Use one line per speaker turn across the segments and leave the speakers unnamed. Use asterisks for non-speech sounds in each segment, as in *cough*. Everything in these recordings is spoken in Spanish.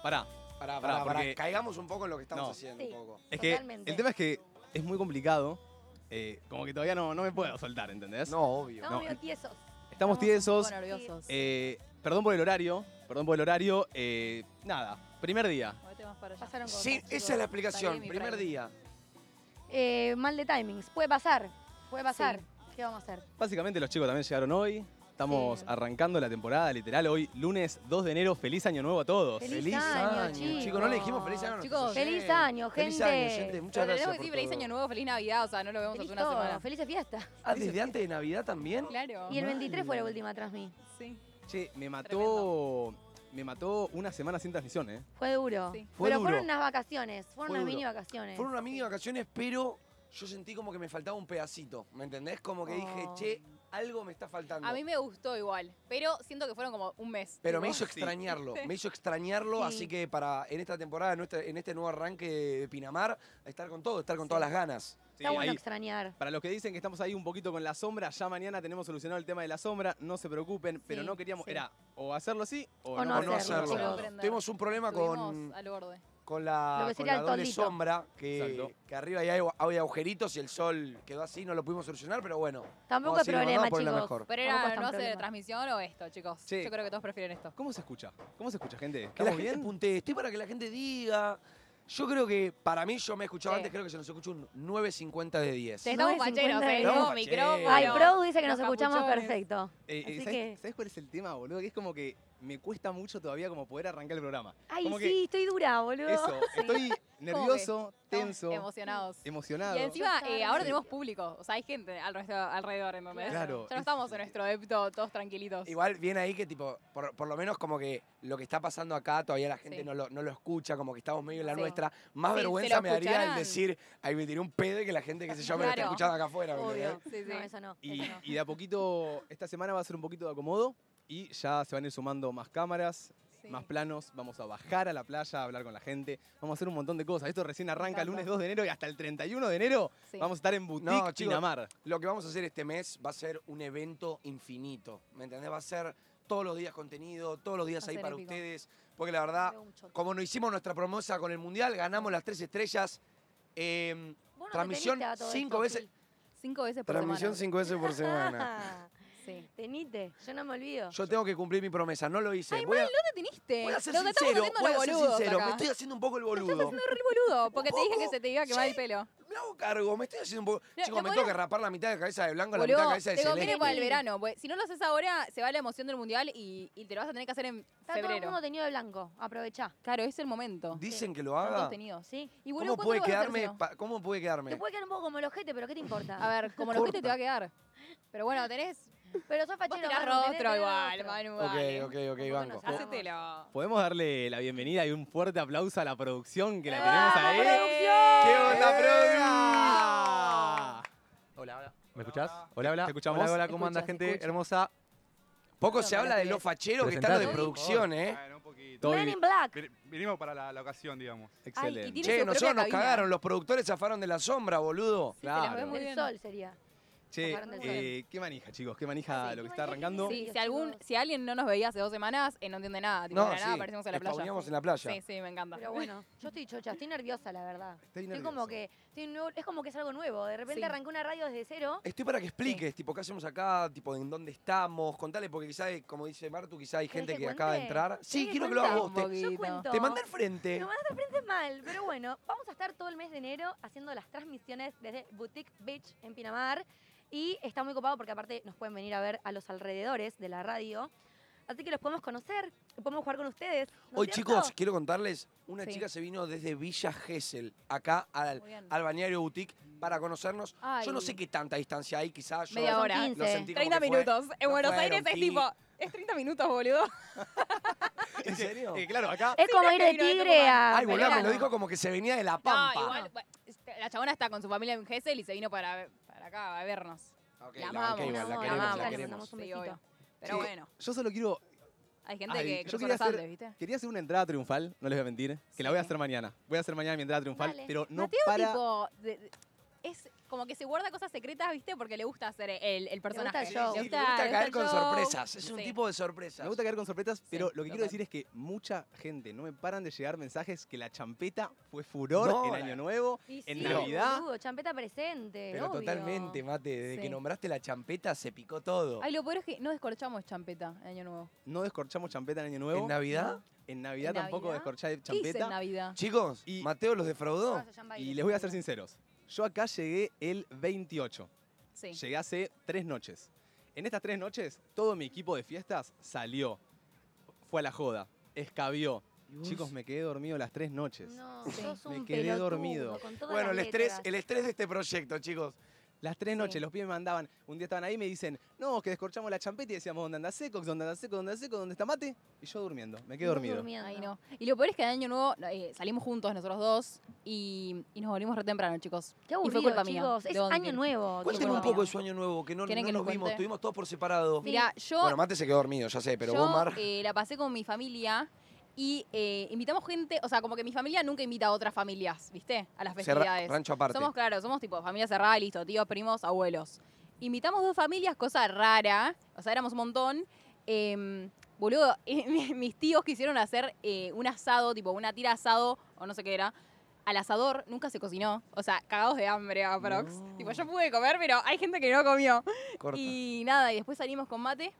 Pará.
Pará,
Pará,
pará, pará.
porque-
Caigamos un poco en lo que estamos
No.
haciendo
Sí.
un poco.
Es que
Totalmente.
el tema es que es muy complicado. eh, como que todavía no, no me puedo soltar, ¿entendés?
No, obvio.
No,
No,
medio tiesos.
Estamos tiesos.
Un poco nerviosos.
eh, perdón por el horario. Perdón por el horario. eh, nada, primer día.
Movete más para allá.
Pasaron cosas.
Sí, esa es la explicación.
mi
Primer
prime.
día.
Eh, mal de timings. Puede pasar. Puede pasar.
Sí.
¿Qué vamos a hacer?
Básicamente los chicos también llegaron hoy. Estamos
Sí.
arrancando la temporada, literal, hoy lunes 2 de enero. Feliz año nuevo a todos.
Feliz año, chicos.
Chicos, no le dijimos feliz año. a nuestros
Chicos,
oyentes.
feliz año,
Feliz
gente.
año, gente. Muchas gracias.
Pero tenemos que decir
por
feliz
todo.
año nuevo, feliz Navidad, o sea, no lo vemos
Feliz
hasta una
todo.
semana.
Felices fiestas.
Ah, ¿desde antes de Navidad también?
*laughs* Claro.
Y el
Mal.
23 fue la última tras mí.
Sí.
Che, me mató.
Tremendo.
Me mató una semana sin transmisión, ¿eh?
Fue duro.
Sí.
Fue
Pero
duro.
fueron unas vacaciones. Fueron
Fue
unas
duro.
mini vacaciones.
Fueron unas mini vacaciones, pero yo sentí como que me faltaba un pedacito. ¿Me entendés? Como que dije,
Oh.
che, algo me está faltando.
A mí me gustó igual, pero siento que fueron como un mes.
Pero
tipo.
me hizo extrañarlo, me hizo extrañarlo,
Sí.
así que para en esta temporada, en este, en este nuevo arranque de Pinamar, estar con todo, estar con todas las ganas.
Está
Sí,
bueno
ahí-
extrañar.
Para los que dicen que estamos ahí un poquito con la sombra, ya mañana tenemos solucionado el tema de la sombra, no se preocupen, pero
Sí,
no queríamos,
sí.
era o hacerlo así o,
O
No,
no,
no
hacerlo,
hacerlo.
chicos. Aprender.
Tuvimos un problema con,
Estuvimos al borde.
con la,
Lo que
con
sería
la
el
doble
toldito.
sombra, que,
Exacto.
que arriba ya hay, hay agujeritos y el sol quedó así, no lo pudimos solucionar, pero bueno. vamos
Tampoco hay
a decir la
problema,
verdad por la
chicos.
mejor.
Pero
Tampoco
era
es tan
no hacer
problema.
transmisión o esto, chicos.
Sí.
Yo creo que todos prefieren esto.
¿Cómo se escucha? ¿Cómo se escucha, gente?
Que la
¿Estamos
gente
bien?
puntee, estoy para que la gente diga. Yo creo que, para mí, yo me he escuchado
Sí.
antes, creo que se nos escucha un 9.50 de 10.
Te estamos
9.50
pacheros,
de-
eh.
Estamos
Tenemos
facheros.
micrófono.
Ay,
Ay,
Bueno,
Pro dice que nos
los
escuchamos
capuchones.
perfecto.
Eh, eh,
Así
¿sabes,
que-
sabes cuál es el tema, boludo? Que es como que me cuesta mucho todavía como poder arrancar el programa.
Ay,
como
sí, estoy dura, boludo.
que eso, *laughs* estoy nervioso,
Estamos
tenso,
Emocionados.
emocionado.
Y encima,
Claro.
eh, ahora
Sí.
tenemos público. O sea, hay gente alrededor, alrededor ¿entendés?
Claro.
Ya no estamos en nuestro depto todos tranquilitos.
Igual viene ahí que, tipo, por, por lo menos como que lo que está pasando acá todavía la gente
Sí.
no, lo, no lo escucha, como que estamos medio en la
Sí.
nuestra. Más
Sí,
vergüenza
se lo
me daría el
escucharán.
decir, ahí me tiré un pedo y que la gente, que se yo, me lo está
Claro.
escuchando acá afuera. ¿me
Obvio.
entendés?
Sí, sí.
No, eso no.
Y,
eso no.
y de a poquito, esta semana va a ser un poquito de acomodo y ya se van a ir sumando más cámaras,
Sí.
más planos, vamos a bajar a la playa, a hablar con la gente, vamos a hacer un montón de cosas. Esto recién arranca el
encanta.
lunes 2 de enero y hasta el 31 de enero
Sí.
vamos a estar en Boutique
No, chicos.
Pinamar.
Lo que vamos a hacer este mes va a ser un evento infinito. ¿Me entendés? Va a ser todos los días contenido, todos los días
Va a
ahí
ser
para
épico.
ustedes. Porque la verdad,
Veo un choto.
como no hicimos nuestra promosa con el Mundial, ganamos las tres estrellas. eh,
Vos no te
transmisión
teniste a todo
cinco
esto,
veces-
Gil. Ah,
Cinco veces por
transmisión
semana.
cinco veces por semana.
Sí.
Tenite, yo no me olvido.
*laughs* Yo tengo que cumplir mi promesa, no lo hice.
Ay,
Voy a-
¿Dónde teniste?
Voy a ser
Nos
sincero,
estamos haciendo
voy
los
a ser
boludos
sincero,
acá.
me estoy haciendo un poco el boludo.
re boludo, porque te dije que
poco.
se te iba a quemar
Sí.
el pelo.
Me hago cargo, me estoy haciendo un poco.
No,
Chicos,
te
me tengo que rapar la mitad de cabeza de blanco, la mitad de
Boludo,
cabeza de
te conviene
celeste.
para el verano. porque Si no lo haces ahora, se va la emoción del mundial y, y te lo vas a tener que hacer en
Está todo el
febrero.
mundo tenido de blanco. Aprovechá.
Claro, es el momento.
Dicen que lo
Son todos
haga.
tenidos.
¿Sí?
Y boludo,
Ah. ¿Cómo
¿cuándo
puede
lo vas a hacer
quedarme?
si no?
pa- ¿Cómo puede
Te
quedarme?
puede quedar un poco como el ojete, pero ¿qué te importa?
A ver, como lo fuiste te
Corta.
va a quedar. Pero bueno, tenés.
Pero sos
Vos
fachero.
tirás
Manu, tenés
rostro
que
igual,
rostro.
Manu. dale.
Ok, ok, ok,
Tampoco
banco.
nos
¿ah?
hagas-
Hacetelo.
Podemos darle la bienvenida y un fuerte aplauso a la producción
¡Eh!
que la tenemos
¡Vamos,
ahí.
producción!
¡Qué onda,
¡Ea!
Hola, hola.
¿Me escuchás? Hola, hola.
¿Te escuchamos?
Hola, hola, ¿cómo
Te
anda,
escucho, te
gente
escucho.
hermosa?
Poco se
Hola,
habla de
hola,
lo fachero que está lo de
Presentate, por
producción, ¿eh?
Bueno, un poquito.
Todo
Man in Black.
Vin- Vinimos para la, la ocasión, digamos.
Excelente.
tiene-
Che,
su
nosotros
propia
nos
cabina.
cagaron, los productores zafaron de la sombra, boludo.
Sí, te la
Claro.
ves muy
El
bien.
sol sería.
Che,
Bajaron del
eh, qué manija, chicos, qué manija
Ah,
Sí,
lo que
qué
está
manija, qué
arrancando.
manija.
Sí, si, algún, si alguien no nos veía hace dos semanas, eh, no entiende nada. Tipo,
No,
de la nada
sí,
aparecimos en la playa.
spawneamos en la playa.
Sí, sí, me encanta.
Pero bueno, yo estoy chocha, estoy nerviosa, la verdad.
Estoy
Estoy
nervioso.
como que, estoy nuevo- es como que es algo nuevo. De repente
Sí.
arranqué una radio desde cero.
Estoy para que expliques, tipo, ¿qué hacemos acá? Tipo, ¿en dónde estamos? Contale, porque quizá, eh, como dice Martu, quizá hay
¿Querés
gente
que
que acaba de
cuente?
entrar. Sí,
¿Querés
quiero
que
que lo hagas vos.
cuente?
Te,
Un
Yo
poquito.
cuento.
te mandé al frente.
Lo mandé al frente mal, pero bueno, vamos a estar todo el mes de enero haciendo las transmisiones desde Boutique Beach en Pinamar. Y está muy copado porque aparte nos pueden venir a ver a los alrededores de la radio. Así que los podemos conocer, podemos jugar con ustedes. ¿no es
Hoy,
cierto?
chicos, quiero contarles, una
Sí.
chica se vino desde Villa Gesell, acá al,
Muy bien.
al balneario Boutique, para conocernos. Yo no
Ay.
sé qué tanta distancia hay, quizás yo *laughs*
Media hora.
lo sentí como
30
que fue-
minutos. En
no
Buenos
fueron,
Aires es
pi.
tipo. Es 30 minutos, boludo.
*laughs*
¿En serio?
Eh, claro, acá
Es
Sí,
como
no
ir
es
de
que vino de
tigre a.
Ay, boludo, me
Belgrano.
lo dijo como que se venía de La Pampa.
No, igual. bueno, La chabona está con su familia en Gesell y se vino para, para acá a vernos.
Ok,
la
banca
amamos,
igual, la
la
queremos, la
amamos.
queremos.
Un
Sí,
besito.
obvio. Pero
Sí.
bueno,
yo solo quiero
hay gente
Ay,
que
yo
cruzó
quería
los
hacer-
Andes, ¿viste?
Quería hacer una entrada triunfal, no les voy a mentir, que la
Sí.
voy a hacer mañana. Voy a hacer mañana mi entrada triunfal,
Dale.
pero no
Mateo,
para.
tipo, de- de- es como que se guarda cosas secretas, ¿viste? Porque le gusta hacer el, el personaje.
el show.
Sí,
Le
sí, le gusta caer
el
con
show.
sorpresas. Es un
Sí.
tipo de sorpresas.
Me gusta caer con sorpresas, pero lo que quiero
total.
decir es que mucha gente, no me paran de llegar mensajes que la champeta fue furor
No,
en
la-
Año Nuevo.
Y
En
sí,
Navidad.
boludo, champeta presente.
Pero
obvio.
totalmente, Mate. Desde
Sí.
que nombraste la champeta se picó todo.
Ay, lo peor es que no descorchamos champeta en Año Nuevo.
No descorchamos champeta en Año Nuevo.
¿En Navidad?
En Navidad
¿En
tampoco
Navidad?
descorché
¿Qué hice en
champeta.
Navidad?
Chicos,
Y-
Mateo los defraudó.
Ah, se llama
Y
baile,
les voy a
se
ser
llama.
sinceros. Yo acá llegué el 28.
Sí.
Llegué hace tres noches. En estas tres noches, todo mi equipo de fiestas salió. Fue a la joda. Escabió. Chicos, me quedé dormido las tres noches.
No,
Sí.
sos
Me
un
quedé
pelotudo,
dormido.
con todas
Bueno,
las
el estrés,
letras.
el estrés de este proyecto, chicos.
Las tres noches,
Sí.
los pibes me mandaban. Un día estaban ahí y me dicen, no, que descorchamos la champeta y decíamos, ¿dónde anda seco? ¿Dónde anda seco? ¿Dónde anda seco? ¿Dónde está mate? Y yo durmiendo. Me quedé
Vos
dormido.
durmiendo.
Ay, no. Y lo peor es que en Año Nuevo eh, salimos juntos nosotros dos y, y nos volvimos re temprano, chicos.
Qué aburrido,
culpa mía.
chicos.
¿De
Es
dónde
año
tiene?
nuevo. Ah,
Cuéntenme
tipo.
un poco de su año nuevo, que no,
¿Quieren
no
que
nos
les
vimos.
cuente?
Estuvimos todos por separado.
Mira, yo,
Bueno, Mate se quedó dormido, ya sé, pero
yo,
vos, Mar.
eh, la pasé con mi familia y eh, invitamos gente, o sea, como que mi familia nunca invita a otras familias, ¿viste? A las
cerra-
festividades.
rancho aparte.
Somos, claro, somos tipo familia cerrada, listo, tíos, primos, abuelos. Invitamos dos familias, cosa rara, o sea, éramos un montón. Em, boludo, *laughs* mi- mis tíos quisieron hacer eh, un asado, tipo una tira asado, o no sé qué era. Al asador nunca se cocinó, o sea, cagados de hambre, aprox.
No.
Tipo, yo pude comer, pero hay gente que no comió.
Corta.
Y nada, y después salimos con Mate.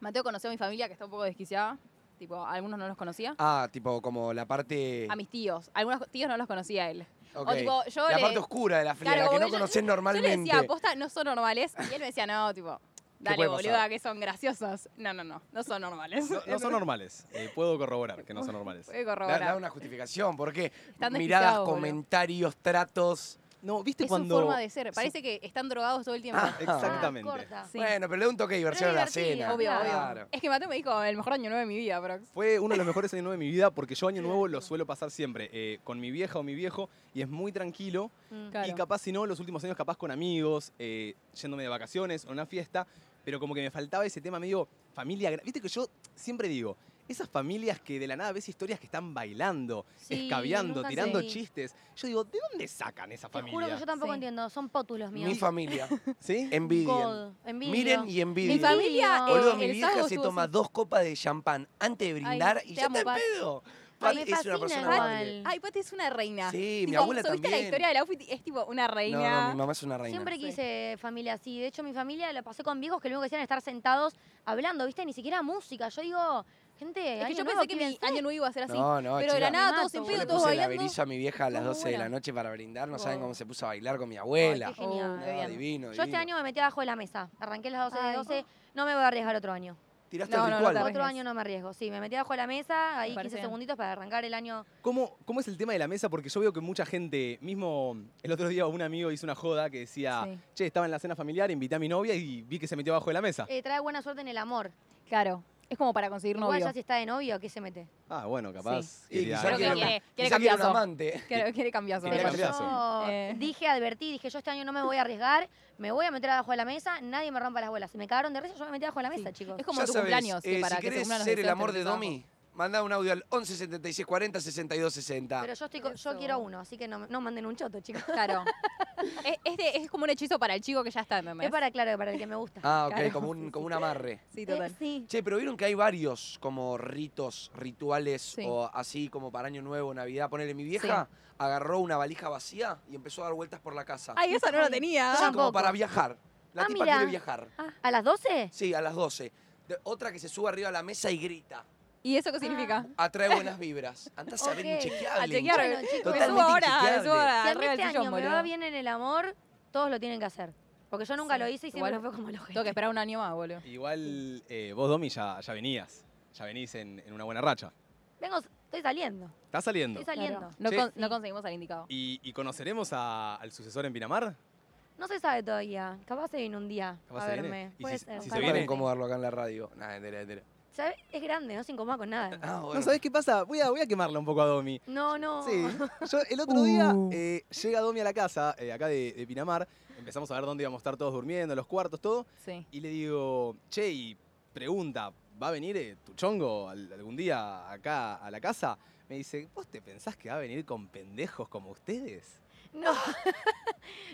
Mateo conoció a mi familia, que está un poco desquiciada. Tipo, algunos no los conocía.
Ah, tipo, como la parte.
A mis tíos. Algunos tíos no los conocía él.
ok.
O tipo, yo
la
le-
parte oscura de la friega, que
Claro, como
no
que yo-
conocés
Yo le
normalmente.
decía, aposta, no son normales. Y él me decía, no, tipo, dale,
puede pasar?
boluda, que son graciosos. No, no, no, no son normales.
No, no son normales. Eh, puedo corroborar que no son normales.
*laughs* Puede
Da,
corroborar.
da una justificación, porque miradas,
Están desquiciados, boludo.
comentarios, tratos.
No, ¿viste
Es
cuando...?
su forma de ser. Parece que están drogados todo el tiempo. *laughs*
Ah,
Ah,
Exactamente.
corta.
Sí.
Bueno, pero le da un toque de diversión a la
divertido,
cena.
obvio, obvio.
Claro.
Es que Mateo me dijo, el mejor año nuevo de mi vida, Brox.
Fue uno de los mejores años nuevos de mi vida porque yo año nuevo lo suelo pasar siempre eh, con mi vieja o mi viejo y es muy tranquilo
Mm.
Claro.
Y capaz, si no, los últimos años, capaz con amigos, eh, yéndome de vacaciones o una fiesta, pero como que me faltaba ese tema medio familia. gra- Viste que yo siempre digo, esas familias que de la nada ves historias que están bailando,
Sí,
escabeando,
nunca
tirando
entendí.
chistes. Yo digo, ¿de dónde sacan esa
Te juro que
familia?
yo tampoco
Sí.
entiendo. Son pótulos míos.
Mi
*laughs*
familia.
*laughs* ¿Sí?
Envidia.
God, envidio.
Miren y envidia.
Mi familia,
Boludo,
Boludo,
eh,
mi
el
vieja
sábado
se
estuvo
toma
así.
dos copas de champán antes de brindar
Ay,
y
te
ya
amo,
está en
Pat.
pedo. Pat
Ay, me
es una
fascina
persona
igual.
amable.
Ay, Pati es una reina.
Sí, mi
Tipo,
abuela
¿subiste
también.
la historia del outfit? Es tipo una
No,
reina.
no, mi mamá es una reina.
Siempre
Sí.
quise familia así. De hecho, mi familia la pasé con viejos que lo único que hacían era estar sentados hablando, ¿viste? Ni siquiera música. Yo digo, gente,
Es que
año
yo
nuevo,
pensé que mi
piensen.
año nuevo iba a ser así.
No, no,
pero de la
chica,
nada,
Me
todos en
mato,
Yo
pedo,
le
todos
puse la
bailando.
berizo a mi vieja a las
Estuvo
12 de la
buena.
noche para brindar. No saben
Wow.
cómo se puso a bailar con mi
Ay,
abuela.
qué genial.
Oh,
No,
qué bien.
divino,
Yo este
divino.
año me metí abajo de la mesa. Arranqué las 12 de
Ay.
12. No me voy a arriesgar otro año.
Tiraste
No,
el
no, no
ritual.
te
Otro
arriesgues.
año no me arriesgo. Sí, me metí abajo de la mesa, ahí
Me parece
15
bien.
segunditos para arrancar el año.
¿Cómo, ¿Cómo es el tema de la mesa? Porque yo veo que mucha gente, mismo el otro día un amigo hizo una joda que decía,
Sí.
che, estaba en la cena familiar, invité a mi novia y vi que se metió abajo de la
Ah.
mesa.
Eh, trae buena suerte en el amor.
Claro, es como para conseguir novio.
Igual ya si está de novio, ¿qué se mete?
Ah, bueno, capaz.
Sí.
Y
quería-
quizá
Creo que
Quiere-
quiere, quiere
Quizá quiere un
cambiazo.
amante.
Quiere, quiere cambiazo.
Quiere
me
Pero
parece.
cambiazo.
yo
Eh.
dije, advertí, dije, yo este año no me voy a arriesgar, me voy a meter abajo de la mesa, nadie me rompa las bolas. Si me cagaron de risa, yo me metí abajo de la mesa,
Sí.
chicos.
Es como
Ya
tu
sabes,
cumpleaños, que
eh,
para
si
que se
querés
cumplan los
ser el
deseos
amor de
tenés que
Domi, manda un audio al 11 76 40 62 60.
Pero yo, estoy, co- yo
Eso.
quiero uno, así que no, no manden un choto, chicos.
trabajar. Claro. *laughs* es, es de- es como un hechizo para el chico que ya está, ¿entendés?
Es para, claro, para el que me gusta.
Ah, ok,
Claro,
como, un,
sí,
como
sí. *laughs*
un amarre.
Sí,
Eh,
total.
sí.
Che, pero vieron que hay varios como ritos, rituales
Sí.
o así como para Año Nuevo, Navidad. Ponele, mi vieja agarró una valija vacía y empezó a dar vueltas por la casa.
Ay, esa no la
Yo
tenía.
Sí, como
tampoco.
para viajar. La
Ah,
tipa
mirá.
quiere viajar.
Ah, ¿A las 12?
Sí, a las 12. De- otra que se sube arriba a la mesa y grita.
¿Y eso qué significa?
Atrae buenas vibras. Andás
*laughs*
a ver
Ok.
inchequeable.
A chequear.
Ah. Bueno, chicos,
me subo
Totalmente
ahora, me subo
inchequeable.
ahora.
Si a mí
arriba
este
del sillón,
año me
boludo.
va bien en el amor, todos lo tienen que hacer. Porque yo nunca
Sí.
lo hice y
Igual-
siempre fue como lo
Tengo que esperar un año más, boludo.
Igual eh, vos, Domi, ya, ya venías. Ya venís en, en una buena racha.
Vengo, estoy saliendo.
Estás saliendo.
Estoy saliendo.
Claro. No,
Sí.
con- no conseguimos al indicado.
¿Y, y conoceremos a- al sucesor en Pinamar?
No se sabe todavía. Capaz se viene un día
Capaz
a
se viene.
verme.
Y si-
Puede
si
ser.
se
No
capaz.
viene.
para incomodarlo acá en la radio. Nah, entera, entera.
¿Sabe? Es grande, no se incomoda con nada.
Ah,
No, ¿sabés qué pasa? Voy a, voy a quemarla un poco a Domi.
No, no.
Sí. Yo el otro día
Uh.
eh, llega Domi a la casa, eh, acá de, de Pinamar. Empezamos a ver dónde íbamos a estar todos durmiendo, los cuartos, todo.
Sí.
Y le digo, che, y pregunta, va a venir eh, tu chongo al- algún día acá a la casa, me dice, ¿vos te pensás que va a venir con pendejos como ustedes?
No. *laughs*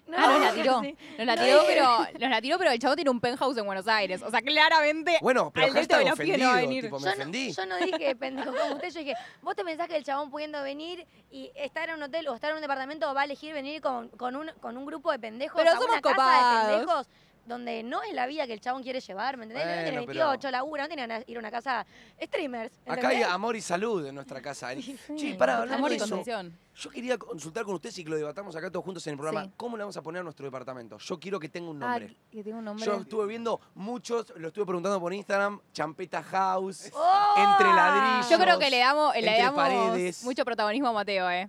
no,
Ah, nos la
*laughs* dije
tiró.
así.
Nos la
No *laughs*
tiró,
dije
pero, nos la tiró, pero el chavo tiene un penthouse en Buenos Aires. O sea, claramente.
Bueno, pero
Al
acá
grito
está
de los pibes
ofendido,
no va a venir.
tipo, me
Yo no,
ofendí.
yo no dije pendejo como usted, yo dije, vos te pensás que el chabón pudiendo venir y estar en un hotel o estar en un departamento va a elegir venir con, con un, con un grupo de pendejos
Pero
a
somos
una casa
copados.
de pendejos donde no es la vida que el chabón quiere llevar, ¿me entendés? no tiene
Bueno,
28,
pero-
labura, no tiene ganas de ir a una casa streamers,
Acá hay
¿entendés?
amor y salud en nuestra casa. Sí, pará, hablando
Amor
de
y
eso.
contención.
Yo quería consultar con ustedes y que lo debatamos acá todos juntos en el programa.
Sí.
¿Cómo le vamos a poner a nuestro departamento? Yo quiero que tenga un nombre.
Ah, que tengo un nombre.
Yo estuve viendo muchos, lo estuve preguntando por Instagram, Champeta House,
¡Oh!
entre ladrillos.
Ah. Yo creo que le damos, le
entre
damos
paredes.
mucho protagonismo a Mateo, ¿eh?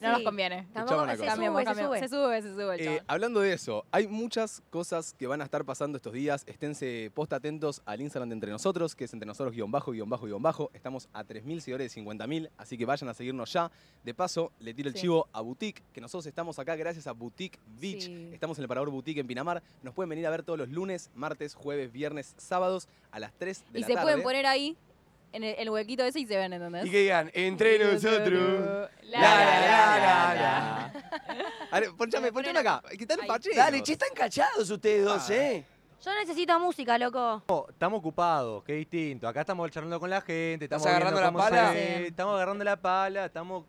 No nos
Sí.
conviene.
Escuchame
Tampoco,
una
se,
cosa.
sube,
Cambiamos,
se
cambiamos.
sube,
Se sube, se sube el
Eh,
chabón.
hablando de eso, hay muchas cosas que van a estar pasando estos días. Esténse posta atentos al Instagram de entre nosotros, que es entre nosotros guión bajo, guión bajo, guión bajo. Estamos a 3.000 seguidores de 50.000, así que vayan a seguirnos ya. De paso, le tiro el
Sí.
chivo a Boutique, que nosotros estamos acá gracias a Boutique Beach.
Sí.
Estamos en el Parador Boutique en Pinamar. Nos pueden venir a ver todos los lunes, martes, jueves, viernes, sábados a las 3 de
Y
la
se
tarde. *laughs*
pueden poner ahí, en el, el huequito ese, y se ven, ¿entendés?
Y que digan, entre nosotros.
La, la, la, la, la. *laughs*
A ver, ponchame,
Se me pone
ponchame
la-
acá. Que están
Ahí.
pacheros.
Dale, che, están callados ustedes dos,
Ah.
¿eh?
Yo necesito música, loco.
Oh,
Estamos ocupados, qué distinto. Acá estamos charlando con la gente,
¿Estás
estamos viendo
agarrando la
cómo
pala?
se-
Sí.
estamos agarrando la pala, estamos.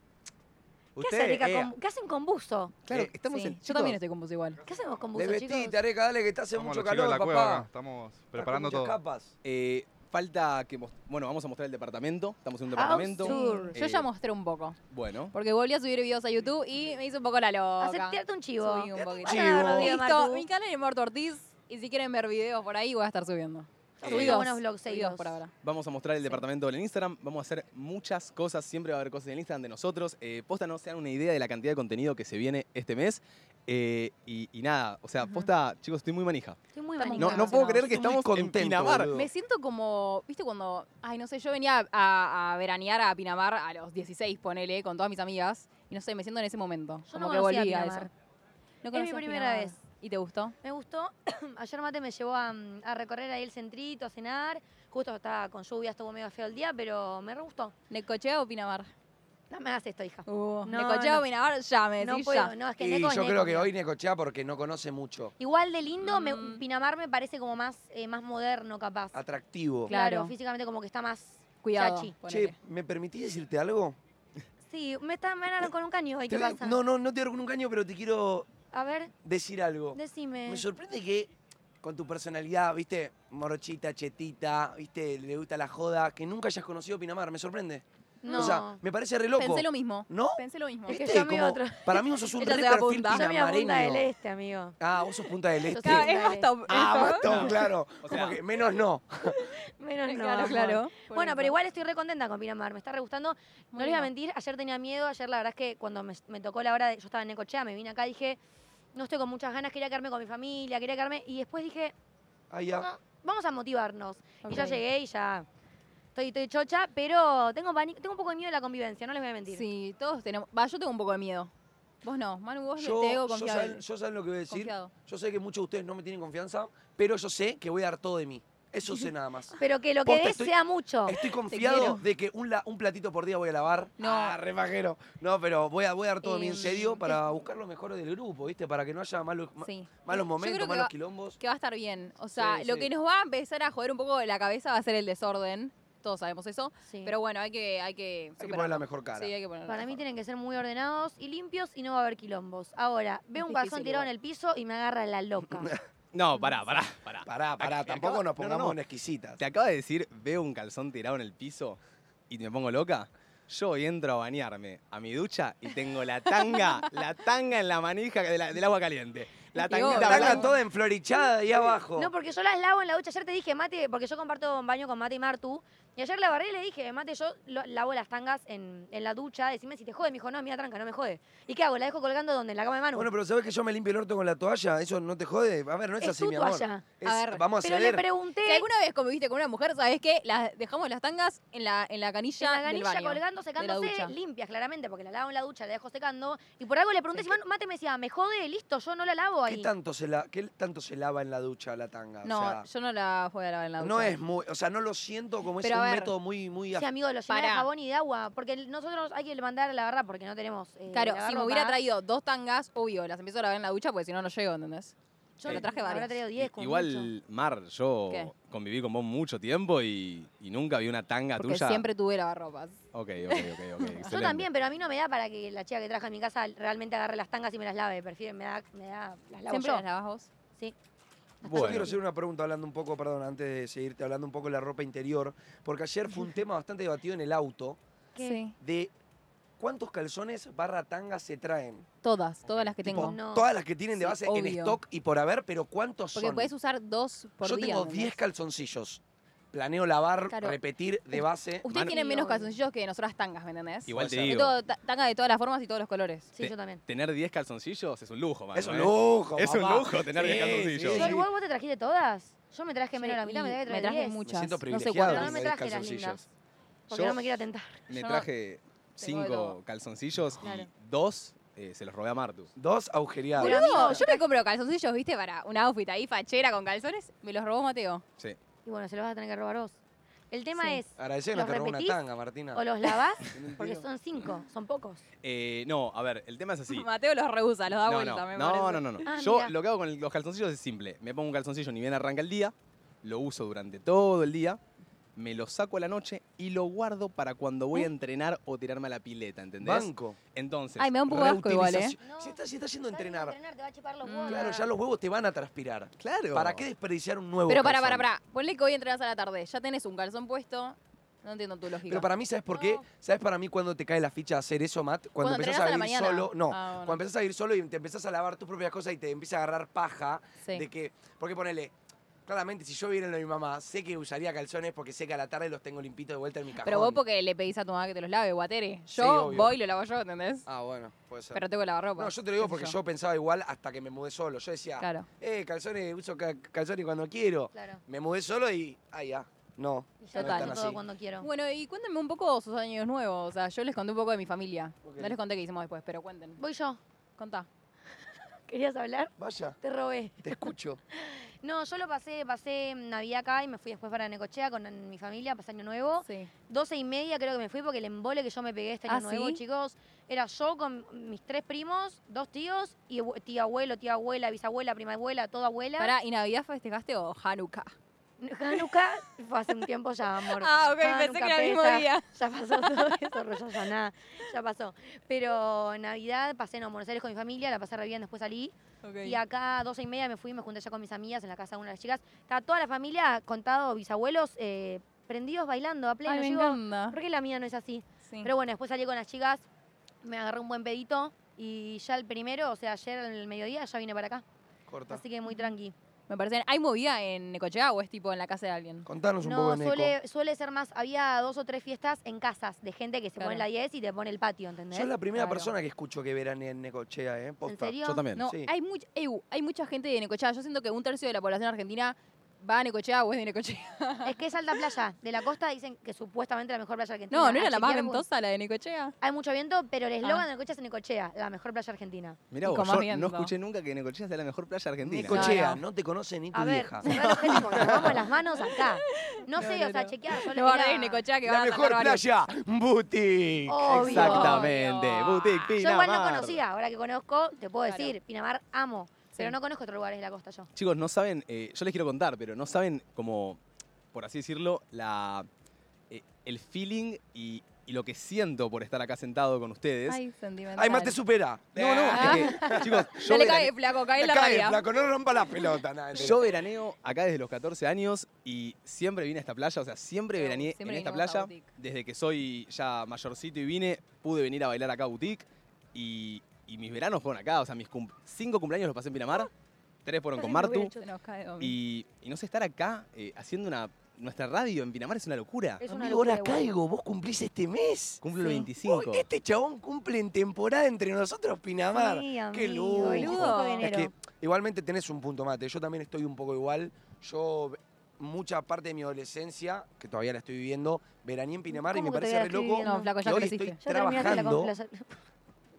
¿Qué, hace Erika
eh,
con- qué hacen con buzo?
Claro,
Eh,
estamos
Sí,
en.
Yo también estoy con vos igual.
¿Qué hacemos con buzo,
Desvestite,
chicos?
Areca, dale que está hace
Somos
mucho
los
calor,
chicos de la
papá.
cueva acá. Estamos preparando
Estás con
todo.
muchas capas.
Eh, falta que. mos- Bueno, vamos a mostrar el departamento. Estamos en un
Ah,
House
departamento.
tour. Sur.
Yo
Eh,
ya mostré un poco.
Bueno.
Porque volví a subir videos a YouTube y me hice un poco la loca.
Aceptarte un chivo.
Subí un poquito.
Vas a agarrar
Chivo.
video,
Listo,
Martu.
mi canal es Morto Ortiz. Y si quieren ver videos por ahí, voy a estar subiendo.
Estás
Subí
haciendo
dos,
buenos
subí
vlogseiros.
dos por ahora.
eh, Vamos a mostrar el departamento en Instagram. Vamos a hacer muchas cosas. Siempre va a haber cosas en el Instagram de nosotros. Eh, posta, no se dan una idea de la cantidad de contenido que se viene este mes. Eh, y, y nada, o sea,
Ajá.
posta, chicos, estoy muy manija.
Estoy muy
Estamos
No,
muy
manija.
no puedo creer que
Estoy muy
estamos en
contento,
Pinamar.
boludo.
Me siento como, viste, cuando, ay, no sé, yo venía a, a veranear a Pinamar a los 16, ponele, con todas mis amigas. Y no sé, me siento en ese momento.
Yo
como
no
que
conocía
volví a
Pinamar.
eso. No conocías
primera
Pinamar.
vez.
¿Y te gustó?
Me gustó. *clears throat* Ayer Mate me llevó a, mm, a recorrer ahí el centrito, a cenar. Justo estaba con lluvia, estuvo medio feo el día, pero me re gustó.
¿Necochea o Pinamar?
No me hagas esto, hija.
Uh,
No,
¿Necochea
no.
o Pinamar? Ya, me
No
decís
puedo,
ya.
no, es que
Y
Neco es
yo creo
Neco,
que
mira.
hoy Necochea porque no conoce mucho.
Igual de lindo, me-
Mm.
Pinamar me parece como más, eh, más moderno, capaz. Claro.
Atractivo.
Claro.
físicamente como que está más.
Cuidado.
Chachi.
ponele.
Che, ¿me permitís decirte algo?
Sí, me está me ganaron con un caño hoy, ¿qué
Te-
pasa?
No, no, no te hago un caño, pero te quiero
A ver,
decir algo.
decime.
Me sorprende que con tu personalidad, viste, morochita, chetita, viste, le gusta la joda, que nunca hayas conocido Pinamar, me sorprende.
No.
O sea, me parece re loco.
Pensé lo mismo.
¿No?
Pensé lo mismo.
Es que
¿Viste?
yo me
Como-
otro-
Para mí vos sos un
Ella
re
se va a
perfil
Punta.
yo me voy a Punta del
pinamareño.
Este, amigo.
Ah, vos sos punta del este.
Claro,
Sí.
es basta.
Ah,
esto.
bastón, claro.
O
Este.
Como
sea-
que menos no.
Menos no,
*laughs* *laughs* Claro,
amor.
claro.
Bueno, pero igual estoy re contenta con Pinamar, me está re gustando. No
Muy
les voy a
lindo.
mentir, ayer tenía miedo, ayer la verdad es que cuando me, me tocó la hora, de, yo estaba en Necochea, me vine acá, dije, no estoy con muchas ganas, quería quedarme con mi familia, quería quedarme, y después dije,
Ah, ya.
"No, vamos a motivarnos. Y ya
Ok.
llegué y ya estoy, estoy chocha, pero tengo, pani- tengo un poco de miedo de la convivencia, no les voy a mentir.
Sí, todos tenemos. Va, yo tengo un poco de miedo. Vos no. Manu, vos
Yo,
te
yo,
veo confiado.
saben, yo saben lo que voy a decir.
Confiado.
Yo sé que muchos de ustedes no me tienen confianza, pero yo sé que voy a dar todo de mí. Eso sé nada
*laughs*
más.
Pero que lo que
Posta,
des
estoy-
sea mucho.
Estoy
quiero.
confiado de que un, la- un platito por día voy a lavar.
No.
Ah, re pajero. No, pero voy a, voy a dar todo de mí en
Em,
serio para buscar lo mejor del grupo, ¿viste? Para que no haya malos, ma-
Sí.
malos
Yo
momentos,
creo que
malos
va-
quilombos.
Que va a estar bien. O sea,
Sí,
lo
sí.
que nos va a empezar a joder un poco la cabeza va a ser el desorden. Todos sabemos eso.
Sí.
Pero bueno, hay que, hay que
Hay que
superarlo.
poner la mejor cara.
Sí, hay que poner
Para mí tienen que ser muy ordenados y limpios y no va a haber quilombos. Ahora, veo
Es
un calzón
difícil
tirado en
igual.
el piso y me agarra la
*laughs*
loca.
No, pará, pará, pará.
Pará, pará,
Ac-
Ah, tampoco
acaba-
nos
no, no,
pongamos
no.
en exquisitas.
¿Te acaba de decir, veo un calzón tirado en el piso y me pongo loca? Yo hoy entro a bañarme a mi ducha y tengo la
*laughs*
tanga, la tanga en la manija de la- del agua caliente. La
Y vos,
tanguita
tanga
Está
blanca.
toda enflorichada ahí abajo.
No, porque yo las lavo en la ducha. Ayer te dije, Mate, porque yo comparto un baño con Mate y Martu. Y ayer la agarré y le dije, Mate, yo lo- lavo las tangas en, en la ducha. Decime si te jode. Me dijo, no, mira, tranca, no me jode. ¿Y qué hago? ¿La dejo colgando donde? ¿En la cama de Manu?
Bueno, pero ¿sabes que yo me limpio el orto con la toalla? Eso no te jode. A ver, no es,
Es
así,
tu
mi amor.
toalla.
Es-
A ver,
vamos a
pero le
ceder.
pregunté
Si alguna vez conviviste con una mujer, sabes que las dejamos las tangas en la, en la
en
canilla
la
del
ganilla
baño.
colgando, secándose,
ducha.
limpias claramente, porque la lavo en la ducha, la dejo secando. Y por algo le pregunté
Sí,
si Manu- Mate me decía, me jode, listo, yo no la lavo. nuevo ahí.
¿Qué tanto, se la, ¿Qué tanto se lava en la ducha la tanga? O
No,
sea,
yo no la voy a lavar en la ducha.
no es muy, o sea, no lo siento como es
Pero a
un
ver.
método muy, muy
Sí, amigo, lo llena de
Pará.
jabón y de agua. Porque el- nosotros hay que mandar a la barra porque no tenemos. eh,
Claro, si me
lavarropa.
hubiera traído dos tangas, obvio, las empiezo a lavar en la ducha porque si no, no llego, ¿entendés? Yo
Eh,
lo traje
Habrá
varias.
traído 10 como mucho.
Igual, Mar, yo
¿Qué?
conviví con vos mucho tiempo y, y nunca vi una tanga
Porque
tuya.
siempre tuve lavarropas.
Ok, ok, ok, ok.
Yo
excelente.
también, pero a mí no me da para que la chica que traje a mi casa realmente agarre las tangas y me las lave. Prefiero, me da, me da, las lavo
¿Siempre
yo.
las lavas vos?
Sí.
Yo
Bueno,
quiero hacer una pregunta hablando un poco, perdón, antes de seguirte hablando un poco de la ropa interior, porque ayer fue un tema bastante debatido en el auto
¿Qué?
Sí.
de cuántos calzones barra tanga se traen.
Todas, todas las que
Tipo,
tengo.
No.
Todas las que tienen de
Sí,
base en
obvio.
stock y por haber, pero ¿cuántos
Porque
son?
podés usar dos por
Yo
día.
tengo
¿entendés?
10 calzoncillos. Planeo lavar,
Claro.
repetir de base.
Ustedes
Manu-
tienen
Sí,
menos
obvio.
calzoncillos que nosotras tangas, ¿me entendés?
Igual te
Puede ser.
Yo
digo,
tengo ta- tangas de todas las formas y todos los colores.
Sí,
Te-
yo también.
tener 10 calzoncillos es un lujo, mano.
Es un
¿eh?
lujo,
Es un
papá.
lujo tener 10 calzoncillos.
Yo, ¿Vos, vos te trajiste todas? Yo me traje menos de la
Sí,
mitad, me
y
traje,
me traje
10.
muchas.
Me siento
no sé
privilegiado.
cuántas.
Pero no me
de
traje las
calzoncillos.
lindas. Porque
Yo-
no me quiero tentar.
Me
Yo no-
traje
de
cinco
todo.
calzoncillos
Claro.
y dos eh, se los robé a Martu.
Dos agujereados.
Pero
Boludo,
amigo,
yo me compro calzoncillos, viste, para un outfit ahí fachera con calzones. Me los robó Mateo.
Sí.
Y bueno, se los vas a tener que robar vos. El tema
Sí.
es,
Agradecé que
¿Los
no te robó una
repetís?
tanga, Martina.
o los lavás,
Tiene un
porque
tiro.
son cinco, son pocos.
Eh, no, a ver, el tema
*laughs*
es así.
Mateo los rehúsa, los da
No,
vuelta,
no,
me
no,
Ah, parece.
no, no, no.
Ah,
Yo
mira.
lo que hago con el- los calzoncillos es simple. Me pongo un calzoncillo ni bien arranca el día, lo uso durante todo el día, me lo saco a la noche y lo guardo para cuando voy a entrenar o tirarme a la pileta, ¿entendés?
Banco.
Entonces,
Ay, me da un poco de asco igual, ¿eh?
Reutilización. Si estás, si estás yendo a entrenar,
te va a chupar los
Mm.
huevos.
claro, ya los huevos te van a transpirar.
claro.
¿Para qué desperdiciar un nuevo
Pero para, para,
calzón?
para. Ponle que hoy entrenas a la tarde. Ya tenés un calzón puesto. No entiendo tu lógica.
Pero para mí, ¿sabes por qué?
No.
¿Sabes para mí cuando te cae la ficha de hacer eso, Matt? Cuando,
Cuando
empezás
entrenás
a
a la
vivir
mañana.
solo. No,
Ah, bueno.
cuando empezás a vivir solo y te empezás a lavar tus propias cosas y te empieza a agarrar paja
Sí.
de que. Porque ponele. Claramente, si yo viviera en lo de mi mamá, sé que usaría calzones porque sé que a la tarde los tengo limpitos de vuelta en mi cajón.
Pero vos porque le pedís a tu mamá que te los lave, guatere.
Sí,
Yo
obvio.
voy y lo lavo yo, ¿entendés?
Ah, bueno, puede ser.
Pero tengo la ropa.
no, yo te lo digo porque yo. pensaba igual hasta que me mudé solo. Yo decía,
Claro.
eh, calzones, uso ca- calzones cuando quiero.
Claro.
Me mudé solo y. Ah, ya. No.
Y yo
Total.
lo
Están
todo
así.
cuando quiero.
Bueno, y cuéntenme un poco sus años nuevos. O sea, yo les conté un poco de mi familia.
Ok.
No les conté qué hicimos después, pero cuenten.
Voy yo.
Contá.
¿Querías hablar?
Vaya,
Te robé.
te
*laughs*
escucho.
No, yo lo pasé, pasé Navidad acá y me fui después para Necochea con mi familia, pasé Año Nuevo.
Sí.
12 y media creo que me fui porque el embole que yo me pegué este año
¿Ah,
nuevo,
sí?
chicos, era yo con mis tres primos, dos tíos, y abue- tía abuelo, tía abuela, bisabuela, prima abuela, toda abuela.
Pará, ¿y Navidad festejaste o Hanukkah?
Hanukkah fue hace un tiempo ya, amor.
Ah, ok,
Hanukkah
pensé que era el mismo
pesa,
día.
Ya pasó todo eso, Rosh Hashanah, ya pasó. Pero Navidad pasé en Buenos Aires con mi familia, la pasé re bien, después salí. Y acá a 12 y media me fui, me junté ya con mis amigas en la casa de una de las chicas. Estaba toda la familia, contado bisabuelos, eh, prendidos bailando a pleno.
Ay, me
Yo digo,
encanta.
¿Por qué la mía no es así?
Sí.
Pero bueno, después salí con las chicas, me agarré un buen pedito y ya el primero, o sea, ayer en el mediodía ya vine para acá.
Corta.
Así que muy tranqui.
Me parece, ¿hay movida en Necochea o es tipo en la casa de alguien?
Contanos un poco
No,
de Neco.
suele, suele ser más, había dos o tres fiestas en casas de gente que se pone
Claro.
la 10 y te pone el patio, ¿entendés?
Sos la primera
Claro.
persona que escucho que veranea en Necochea, ¿eh?
¿En
Posta.
serio?
Yo también.
No,
Sí.
hay, much- eu, hay mucha gente de Necochea. Yo siento que un tercio de la población argentina va a Necochea o es de *laughs* Necochea.
Es que es alta playa. De la costa dicen que supuestamente la mejor playa argentina.
No, ¿no
A
era la más
chequear, porque
ventosa la de Necochea?
Hay mucho viento, pero el eslogan
Ah.
de Necochea es Necochea, la mejor playa argentina.
Mirá
Y
vos,
con
yo
más
no
viento.
escuché nunca que Necochea sea la mejor playa argentina.
Necochea,
No,
no te conoce ni tu
A ver,
vieja.
cerrá los ojos porque nos vamos las manos acá. *laughs* No,
No,
sé,
no,
o sea,
no.
chequear. Yo
No
era-
guardéis Necochea que van a
la mejor
sacar varios.
playa, boutique.
Obvio.
Exactamente,
Obvio.
Boutique Pinamar.
Ah, Yo igual no conocía, ahora que conozco, te puedo
Claro.
decir, Pinamar amo, pero
Sí.
no conozco otros lugares de la costa yo.
Chicos, no saben, eh, yo les quiero contar, pero no saben como, por así decirlo, la, eh, el feeling y, y lo que siento por estar acá sentado con ustedes.
Ay, sentimental.
*laughs* Ay, más te supera.
No, no,
Ah.
es que,
*laughs*
chicos, yo,
No le
verane-
cae, flaco, cae en la
cae,
realidad.
flaco, no rompa la pelota.
*laughs*
nada,
yo veraneo acá desde los 14 años y siempre vine a esta playa, o sea, siempre
Yo,
veraneé
siempre
en esta
vinimos a
playa.
Boutique.
Desde que soy ya mayorcito y vine, pude venir a bailar acá a Boutique y, y mis veranos fueron acá, o sea, mis cum- cinco cumpleaños los pasé en Pinamar, tres fueron con Martu.
Se nos cae, hombre.
Y, y no sé, estar acá eh, haciendo una, nuestra radio en Pinamar es una locura.
Es una
Amigo, ahora
locura igual.
caigo, vos cumplís este mes.
Cumplo
Sí.
25.
Uy, este chabón cumple en temporada entre nosotros, Pinamar.
Sí,
Qué
amigo,
lujo.
el lujo de
Es
Es
enero.
que igualmente tenés un punto mate. Yo también estoy un poco igual. Yo mucha parte de mi adolescencia, que todavía la estoy viviendo, veraneé en Pinamar y me
¿Cómo que
parece
todavía
re
la estoy
loco.
viviendo?
No, flaco,
que
ya
hoy
creciste.
estoy
Ya terminaste la
trabajando.
con- la-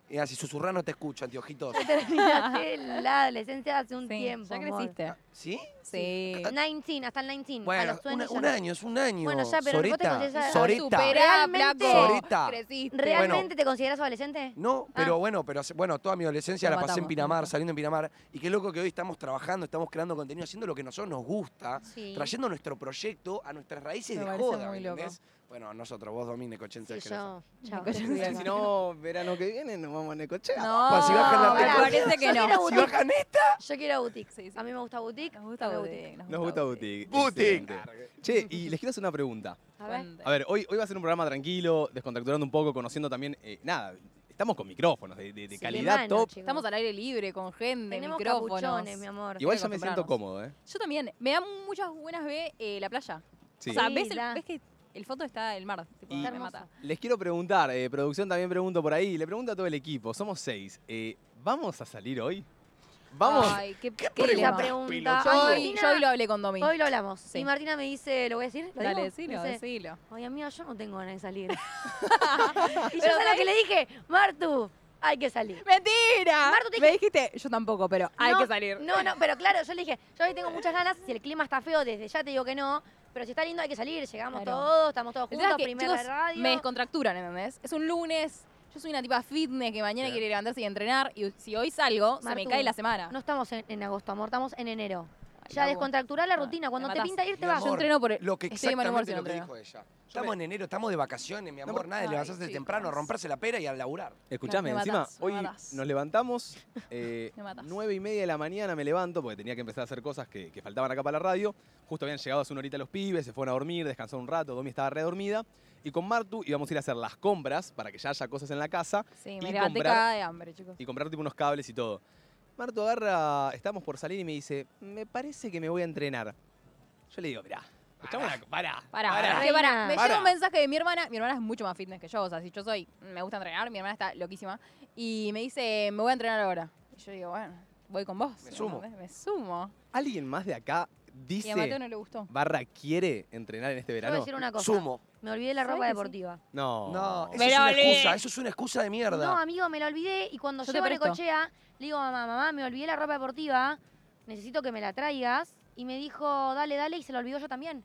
Y así susurrar no te escuchan, tío, ojitos.
Ya terminaste *laughs* la adolescencia hace un
Sí,
tiempo.
ya
amor.
creciste.
¿Sí?
Sí.
19, hasta el 19. Mm, a
Bueno,
los 20
una-
ya
un
no.
año, es un año.
Bueno, ya, pero vos te
Soreta,
conocés a-
Soreta.
Supera,
Realmente-
Soreta.
Creciste.
¿Realmente te consideras adolescente?
No, pero bueno, pero hace- bueno, toda mi adolescencia
Lo
la pasé en
matamos,
Pinamar,
listo.
saliendo en Pinamar. Y qué loco que hoy estamos trabajando, estamos creando contenido, haciendo lo que a nosotros nos gusta,
Sí.
trayendo nuestro proyecto a nuestras raíces
Me
de
parece
joda,
muy
¿me
loco.
entendés? Bueno, nosotros, vos Domín Necochense.
Sí, yo. Chao.
Nico, yo no sé.
Si no, verano que viene nos vamos a necochear.
No,
Pues si bajan la
me
tecla-
parece que
Yo
no.
quiero
Si
boutique.
bajan esta,
Yo quiero boutique.
Sí, sí.
A mí me gusta boutique.
Nos gusta
dame
Boutique.
Nos gusta Boutique.
Boutique.
Excelente. Che,
*laughs*
y les quiero hacer una pregunta.
A ver.
A ver, hoy, hoy va a ser un programa tranquilo, descontracturando un poco, conociendo también. eh, nada, estamos con micrófonos de, de- de
Sí,
calidad
de mano,
top.
chicos.
Estamos al aire libre, con gente,
Tenemos
micrófonos.
capuchones, mi amor.
Igual
que
ya me siento
acostumbrarnos.
cómodo, ¿eh?
Yo también. Me da muchas buenas ve eh, la playa.
Sí.
O sea,
Sí,
ves, el-
da.
ves que el fondo está el mar. tipo,
Y-
me
Está hermoso.
mata.
Les quiero preguntar, eh, producción también pregunto por ahí, le pregunto a todo el equipo, somos seis. eh, ¿Vamos a salir hoy? Vamos.
Ay, qué, qué
Esa
dilema.
pregunta.
Yo
Ay,
hoy,
Martina,
yo hoy lo hablé con Domi.
hoy lo hablamos.
Sí.
Y Martina me dice, ¿lo voy a decir? ¿Lo
Dale,
digo? Me
decilo,
dice,
decilo.
Oye, amiga, yo no tengo ganas de
*laughs*
salir. y yo
Pero
sé lo que le dije, Martu, hay que salir.
¡Mentira!
Martu, te
Me dijiste, yo tampoco, pero hay
No,
que salir.
No, no, pero claro, yo le dije, yo hoy tengo muchas ganas, si el clima está feo, desde ya te digo que no, pero si está lindo hay que salir, llegamos
Claro.
todos, estamos todos
El tema
juntos,
es que,
primera
chicos,
radio.
Me descontracturan, ¿entendés? Es un lunes, yo soy una tipa fitness que mañana
Claro.
quiere levantarse y entrenar, y si hoy salgo, se me
Martu,
cae la semana.
No estamos en, en agosto, amor, estamos en enero.
Ay,
Ya
la
descontracturá la
Ah,
rutina,
me
cuando te
matás.
pinta ir te
Mi
vas.
Yo
amor,
entreno por...
lo que
estoy de mal humor si
exactamente
no
lo que
entreno.
dijo ella. Estamos en enero, estamos de vacaciones, mi amor. Nada, de
Ay,
levantarse
chicos.
temprano, romperse la pera y a laburar.
Escuchame,
me
encima,
matás, me
hoy
matás.
nos levantamos,
*laughs*
eh,
Me matás.
nueve y media de la mañana me levanto, porque tenía que empezar a hacer cosas que, que faltaban acá para la radio. Justo habían llegado hace una horita los pibes, se fueron a dormir, descansaron un rato, Domi estaba redormida. Y con Martu íbamos a ir a hacer las compras para que ya haya cosas en la casa
Sí,
y
me levanté
comprar-
cada de hambre, chicos.
y comprar tipo unos cables y todo. Martu agarra, estamos por salir y me dice, me parece que me voy a entrenar. Yo le digo, mirá, escuchame una- pará,
Pará,
pará.
pará, pará. Me
Pará.
llega un mensaje de mi hermana. Mi hermana es mucho más fitness que yo. O sea, si yo soy, me gusta entrenar, mi hermana está loquísima. Y me dice, me voy a entrenar ahora. Y yo digo, bueno, voy con vos.
Me sumo.
¿entendés? Me sumo.
¿Alguien más de acá
Y a Mateo
dice,
no le gustó.
barra quiere entrenar en este
Yo voy a
verano?
decir una cosa.
Sumo.
Me olvidé la
¿Sabes
ropa
que sí?
deportiva.
No.
No, eso
Me
es una
la olvidé.
excusa, eso es una excusa de mierda.
No, amigo, me la olvidé y cuando
Yo te
llego a
presto.
Necochea, le digo, mamá, mamá, me olvidé la ropa deportiva, necesito que me la traigas. Y me dijo, dale, dale, y se la olvidó yo también.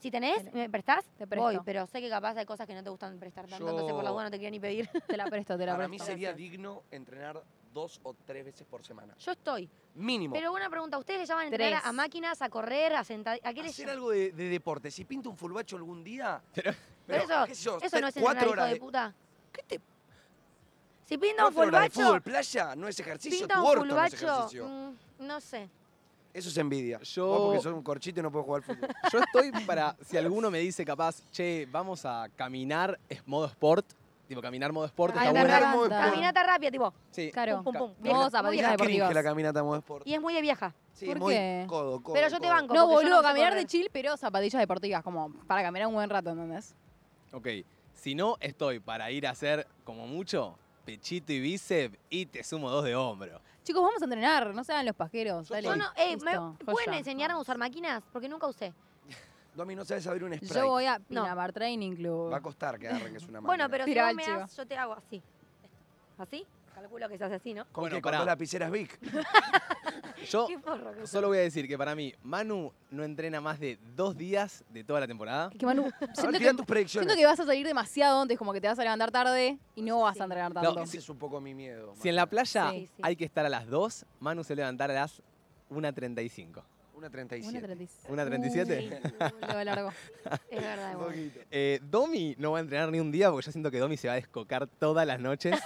Si tenés,
Dale.
¿me prestás?
Te presto.
Voy, pero sé que capaz hay cosas que no te gustan prestar tanto,
Yo-
entonces por la duda no te quiero ni pedir. *laughs*
Te la presto, te la
Para mí
presto.
sería digno entrenar dos o tres veces por semana.
Yo estoy.
Mínimo.
Pero una pregunta, ¿ustedes le llaman a entrenar
Tres.
a máquinas, a correr, a sentar? ¿A qué les
Hacer
llaman?
algo de, de deporte. Si pinta un fulbacho algún día.
Pero eso-
qué sé yo,
Eso no es
tres- cuatro
entrenar, hijo
horas
de puta.
¿Qué te
Si pinta un
cuatro horas de
fulbacho,
fútbol, playa, no es ejercicio.
pinta
Tu
un
orto no es
fulbacho,
ejercicio.
mm, no sé.
Eso es envidia.
Yo-
Vos porque sos un corchito y no puedes jugar al fútbol.
*laughs* Yo estoy para, si alguno me dice capaz, che, vamos a caminar, es modo sport. Tipo, caminar modo sport
Ay,
está
me
buena.
verdad.
encanta.
Bueno.
Caminata rápida, tipo.
Sí.
Claro.
Pum, pum, pum.
Ca-
Vieja, muy
Vos,
Me
zapatillas
vieja.
da cringe
deportivas.
la caminata modo sport.
Y es muy de vieja.
Sí,
¿Por
muy
qué?
codo, codo.
Pero yo te
codo.
banco.
No,
porque yo
boludo,
sé
caminar de
correr.
chill, pero zapatillas deportivas, como para caminar un buen rato, ¿entendés?
Ok. Si no, estoy para ir a hacer, como mucho, pechito y bíceps y te sumo dos de hombro.
Chicos, vamos a entrenar, no sean los pajeros.
Yo
dale.
Yo no, eh,
Listo,
¿me
joya.
pueden enseñar a usar máquinas? Porque nunca usé.
Domi, no sabes abrir un spray.
Yo voy a
No.
Pinamar Training Club.
Va a costar que arranques una máquina.
Bueno, pero si
Tirá
vos
el
me
chivo.
das, yo te hago así. ¿Así? Calculo que se hace así, ¿no?
¿Con
Bueno,
qué? ¿Con
pará.
dos lapiceras
*laughs*
Vic?
Yo
Qué porro que
solo voy a decir que para mí, Manu no entrena más de dos días de toda la temporada.
Es
*laughs*
que Manu,
A ver,
siento
tira
que
tus predicciones.
Siento que vas a salir demasiado antes, como que te vas a levantar tarde y no vas
Sí.
a entrenar tanto.
No,
Ese es un poco mi miedo.
Si en la
playa...
playa
Sí, sí.
hay que estar a las 2, Manu se levantará a las 1.35.
Una
Una
37.
37.
¿Una 37?
Uy,
*laughs*
lo largo.
Es
*laughs*
verdad,
Un
igual.
poquito.
Eh, Domi no va a entrenar ni un día porque yo siento que Domi se va a descocar todas las
*laughs*
noches.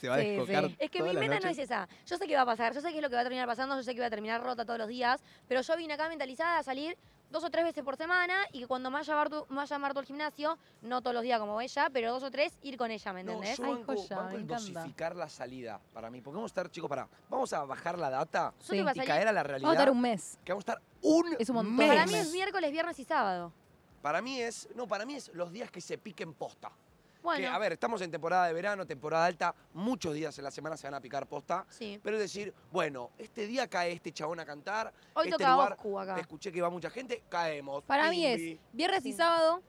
Se va a
Sí, sí.
descocar.
Es que mi
todas las
meta no
noches.
es esa. Yo sé qué va a pasar, yo sé qué es lo que va a terminar pasando, yo sé que voy a terminar rota todos los días, pero yo vine acá mentalizada a salir dos o tres veces por semana y que cuando me vaya Martu, me vaya Martu al gimnasio, no todos los días como ella, pero dos o tres, ir con ella, ¿me
No,
entendés?
yo
Ay,
banco,
joya,
banco
me
el
encanta.
dosificar la salida para mí. Porque vamos a estar, chicos, pará. Vamos a bajar la data
Yo te
Sí.
voy a
y
salir-
caer a la
Vamos a
realidad.
estar un mes.
Que vamos a estar un,
Es un montón.
mes.
Para
mes.
mí es miércoles, viernes y sábado.
Para mí es, no, para mí es los días que se piquen posta. Que,
Bueno,
a ver, estamos en temporada de verano, temporada alta, muchos días en la semana se van a picar posta.
sí.
Pero es decir, bueno, este día cae este chabón a cantar,
Hoy
este
toca
lugar,
Oscu acá.
escuché que va mucha gente, caemos.
Para mí
Pimbi.
es viernes y
Sí.
sábado,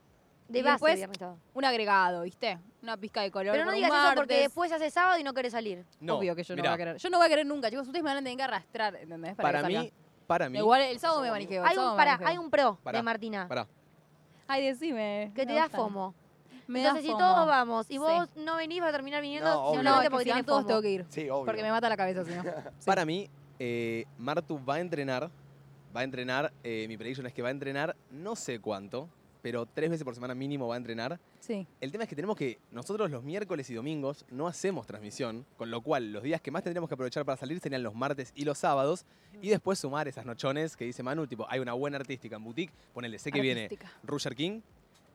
De
Y
base,
después-
viernes, sábado.
Un agregado, ¿viste? Una pizca de color.
Pero no
por un
digas eso porque
martes.
después se hace sábado y no querés salir.
No,
Obvio que yo
mirá,
no voy a querer. Yo no voy a querer nunca, chicos. Ustedes me van a tener que arrastrar, ¿entendés?
Para,
que salga.
mí, para mí,
Igual el sábado me maniqueo. el
Hay
sábado
un,
me
pará,
maniqueo.
hay un pro
Pará,
de Martina.
pará.
Ay, decime.
Que te
me
da
gustan.
FOMO.
Me
Entonces,
da
si
FOMO.
todos vamos y
Sí.
vos no venís, vas a terminar viniendo
No, obvio.
No,
simplemente
es que
porque
si van
tiene
todos
FOMO.
tengo que ir.
Sí, obvio.
Porque me mata la cabeza,
*laughs*
si no.
para mí eh, Martu va a entrenar, va a entrenar, eh, mi prediction es que va a entrenar no sé cuánto, pero tres veces por semana mínimo va a entrenar.
Sí.
El tema es que tenemos que, nosotros los miércoles y domingos no hacemos transmisión, con lo cual los días que más tendríamos que aprovechar para salir serían los martes y los sábados, y después sumar esas nochones que dice Manu, tipo, hay una buena artística en boutique, ponele, sé que viene
Artística.
Roger King,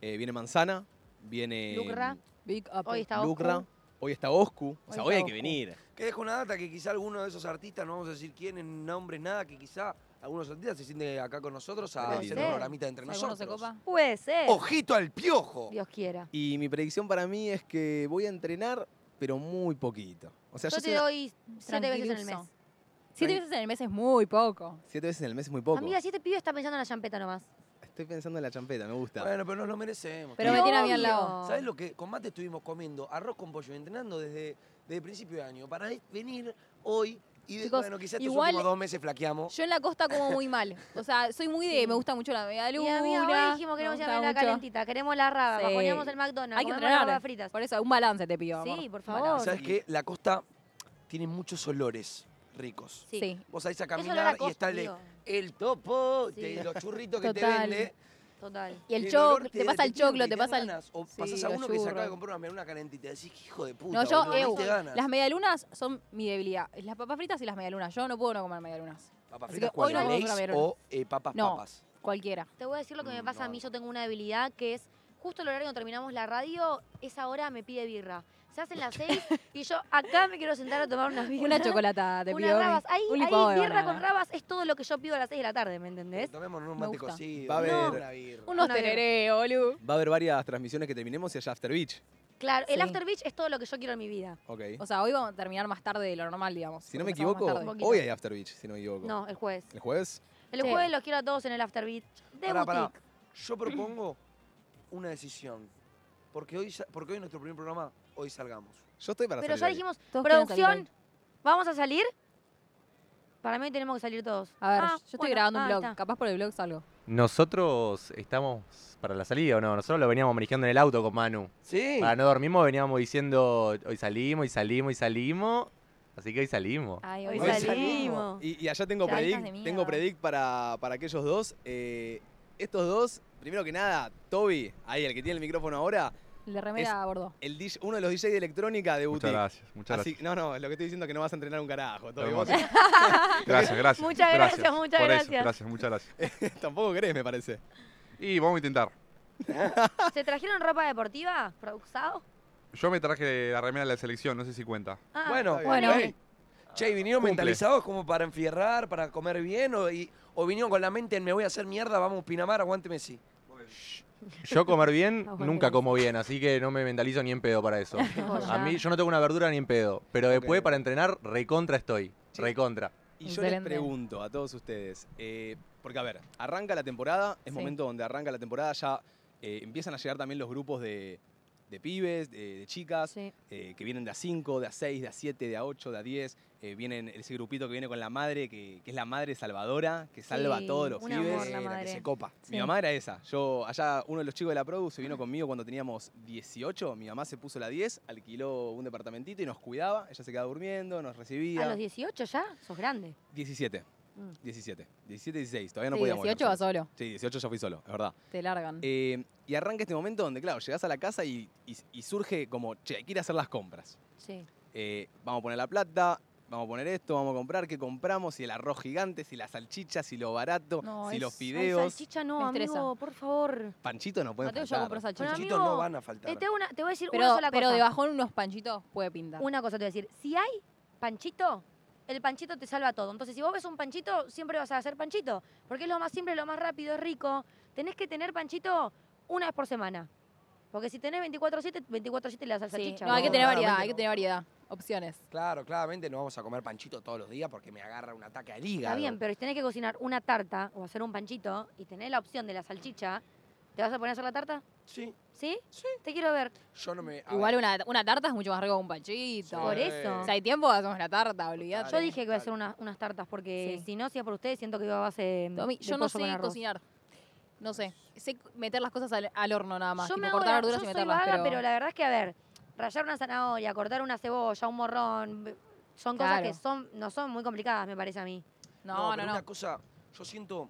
eh, viene Manzana, viene
Lucra.
Big up.
Hoy está
Lucra,
Oscu.
hoy está Oscu, o
Hoy
sea,
está
hoy hay que
Oscu.
venir.
Que dejo una data que quizá alguno de esos artistas, no vamos a decir quién, en nombre, nada, que quizá algunos artistas se sienten acá con nosotros a
Puede
hacer
ser.
un programita entre
¿Alguno
nosotros.
se copa?
Puede ser.
¡Ojito al piojo!
Dios quiera.
Y mi predicción para mí es que voy a entrenar, pero muy poquito. O sea, yo,
Yo
soy
te
una-
doy siete veces en el mes.
Tranquiluso. Siete veces en el mes es muy poco.
siete veces en el mes es muy poco.
Amiga, si este pibe está pensando en la champeta nomás.
Estoy pensando en la champeta, me gusta.
Bueno, pero nos lo merecemos.
Pero
tío.
me tiene a mí
Obvio.
al lado.
¿Sabés lo que con Mate estuvimos comiendo? Arroz con pollo, entrenando desde, desde principio de año. Para venir hoy y de,
Chicos,
bueno, quizás estos
igual-
últimos dos meses flaqueamos.
Yo en la costa como muy mal. O sea, soy muy de.
Sí.
Me gusta mucho la media
Y
luna.
a mí ahora dijimos que
me
queremos ir
gusta
a la
mucho.
calentita, queremos la raba,
Sí.
bajoneamos el McDonald's,
Hay que
comemos
entrenar.
las rabas fritas.
Por eso, un balance te pido. amor.
Sí, por
Balance.
favor.
¿Sabes qué? La costa tiene muchos olores ricos.
Sí.
Sí.
Vos salís a
Es olor a
caminar y
costa,
está el, de-
amigo.
el topo,
Sí.
te- los churritos que te
Total.
vende.
Total.
Y el
olor
choclo, te pasa el
tiene
choclo,
que
te pasa el.
ganas. O
sí,
pasas a
los
uno que se acaba de
churros.
comprar una meruna calentita. Decís, "Qué hijo de puta.
No, yo,
boludo,
eu,
te ganas.
las medialunas son mi debilidad. Las papas fritas y las medialunas. Yo no puedo no comer medialunas.
Papas
Así
fritas,
que
¿cuál?
hoy no vamos a
¿Lays
comer
o eh, papas
No.
papas?
Cualquiera.
Te voy a decir lo que me
Mm,
pasa a
no.
mí. Yo tengo una debilidad que es justo el horario cuando terminamos la radio, esa hora me pide birra. Se hacen las seis y yo acá me quiero sentar a tomar unas birras. *laughs*
Una chocolatada, te
Unas
pido.
rabas. Ahí,
un
ahí
licuado de
birra con
banana.
rabas es todo lo que yo pido a las seis de la tarde, ¿me entendés?
Tomémonos un
Me
mate
gusta.
cocido.
Va a
¿no?
haber-
Una birra.
Unos
Una birra.
tereré, bolu.
Va a haber varias transmisiones que terminemos y allá After Beach.
Claro, el
Sí.
after beach es todo lo que yo quiero en mi vida.
Ok.
O sea, hoy vamos a terminar más tarde de lo normal, digamos.
si no me
porque empezamos
equivoco,
más tarde.
poquito.
hoy hay After Beach, si no me equivoco.
No, el jueves.
¿El jueves?
El
Sí.
jueves los quiero a todos en el after beach de
Pará, pará.
boutique.
Yo propongo una decisión. Porque hoy, sa- porque hoy nuestro primer programa, hoy salgamos.
Yo estoy para
Pero
salir
ya
hoy.
dijimos,
Todos quieren salir
producción, ¿vamos a salir? Para mí tenemos que salir todos.
A ver,
Ah,
yo estoy
bueno,
grabando un
ah,
blog.
está.
Capaz por el blog salgo.
Nosotros estamos para la salida o no. Nosotros lo veníamos manejando en el auto con Manu.
Sí.
Para no dormimos veníamos diciendo hoy salimos, y salimos, y salimos. Así que hoy salimos.
Ay,
Hoy
Hoy
salimos.
Y, y allá tengo
Ya, hijas
predict,
de mierda.
tengo predict para, para aquellos dos. Eh, estos dos, primero que nada, Toby, ahí el que tiene el micrófono ahora,
El de remera a bordo.
el DJ uno de los DJs de electrónica de
Muchas
Boutique.
gracias, muchas
Así- no, no, lo que estoy diciendo es que no vas a entrenar un carajo, Toby. Vos *laughs*
gracias. gracias, gracias.
Muchas gracias, muchas
por eso,
gracias.
gracias, muchas gracias.
tampoco querés, me parece.
Y vamos a intentar.
¿Se trajeron ropa deportiva? ¿Produxado?
Yo me traje la remera de la selección, no sé si cuenta.
Ah,
Bueno,
está
bien.
ey. Che, ¿y ¿vinieron
Cumple.
mentalizados como para enfierrar, para comer bien? O, y- o vinieron con la mente en me voy a hacer mierda, vamos Pinamar, aguante Messi?
Yo
*laughs*
comer bien,
Aguante,
nunca
Messi.
como bien, así que no me mentalizo ni en pedo para eso. A
joya.
mí yo no tengo una verdura ni en pedo, pero después
Ok.
para entrenar recontra estoy,
Sí.
recontra.
Y yo les
Excelente.
pregunto a todos ustedes, eh, porque a ver, arranca la temporada, es
Sí.
momento donde arranca la temporada, ya eh, empiezan a llegar también los grupos de, de pibes, de, de chicas,
Sí.
eh, que vienen de a 5, de a 6, de a 7, de a 8, de a 10, vienen ese grupito que viene con la madre, que, que es la madre salvadora, que salva
Sí,
a todos los
un
pibes.
amor, la
Eh, que
madre.
se copa.
Mi
Sí.
mamá era esa. Yo, allá, uno de los chicos de la Produ se vino conmigo cuando teníamos 18. Mi mamá se puso la 10, alquiló un departamentito y nos cuidaba. Ella se quedaba durmiendo, nos recibía.
¿A los 18 ya? ¿Sos grande?
17.
Mm.
17. 17, 16. Todavía no
Sí,
podíamos.
18
viajar
va solo.
solos. Sí, 18 ya fui solo, es verdad.
Te largan.
Eh, y arranca este momento donde, claro, llegás a la casa y, y- y surge como, che, hay que ir a hacer las compras.
Sí.
Eh, vamos a poner la plata, vamos a poner esto, vamos a comprar, ¿qué compramos? Si el arroz gigante, si las salchichas, si lo barato,
No,
si
es-
los
ay,
Ay,
fideos.
salchicha no,
Me
amigo,
estresa.
por favor.
Panchito no pueden
Mateo, yo
faltar.
compro salchicha.
Bueno,
Panchitos
amigo,
no van a faltar.
este
Eh, te hago una- te voy a decir una
Pero,
sola
pero
cosa.
de bajón unos panchitos puede pintar.
Una cosa te voy a decir. Si hay panchito, el panchito te salva todo. Entonces, si vos ves un panchito, siempre vas a hacer panchito. Porque es lo más simple, lo más rápido, es rico. Tenés que tener panchito una vez por semana. Porque si tenés 24-7, 24-7 le das al
Sí.
salchicha.
No, hay que
boludo.
tener
claramente
variedad, hay que
no.
tener variedad. Opciones.
Claro, claramente no vamos a comer panchito todos los días porque me agarra un ataque al hígado.
Está bien, pero si tenés que cocinar una tarta o hacer un panchito y tenés la opción de la salchicha, ¿Te vas a poner a hacer la tarta?
Sí,
¿Sí?
Sí.
Te quiero ver.
yo no me. a
Igual
ver,
una, una tarta es mucho más rico que un panchito.
Por
Sí.
eso.
Si hay tiempo, hacemos la tarta, olvidate.
Yo
Dale,
dije que iba a
dale.
hacer unas, unas tartas porque
Sí.
si no, si es por ustedes, siento que iba a base de-
Tommy,
de
yo no
pollo con
sé
arroz.
cocinar. No sé. Sé meter las cosas al, al horno nada más.
Yo
tipo,
me hago
cortar
la-
verduras
yo
y
soy
meterlas.
vaga,
pero...
pero la verdad es que, a ver, rayar una zanahoria, cortar una cebolla, un morrón, b- son cosas
Claro.
que son, no son muy complicadas, me parece a mí.
No, no,
pero
no.
Una cosa, yo siento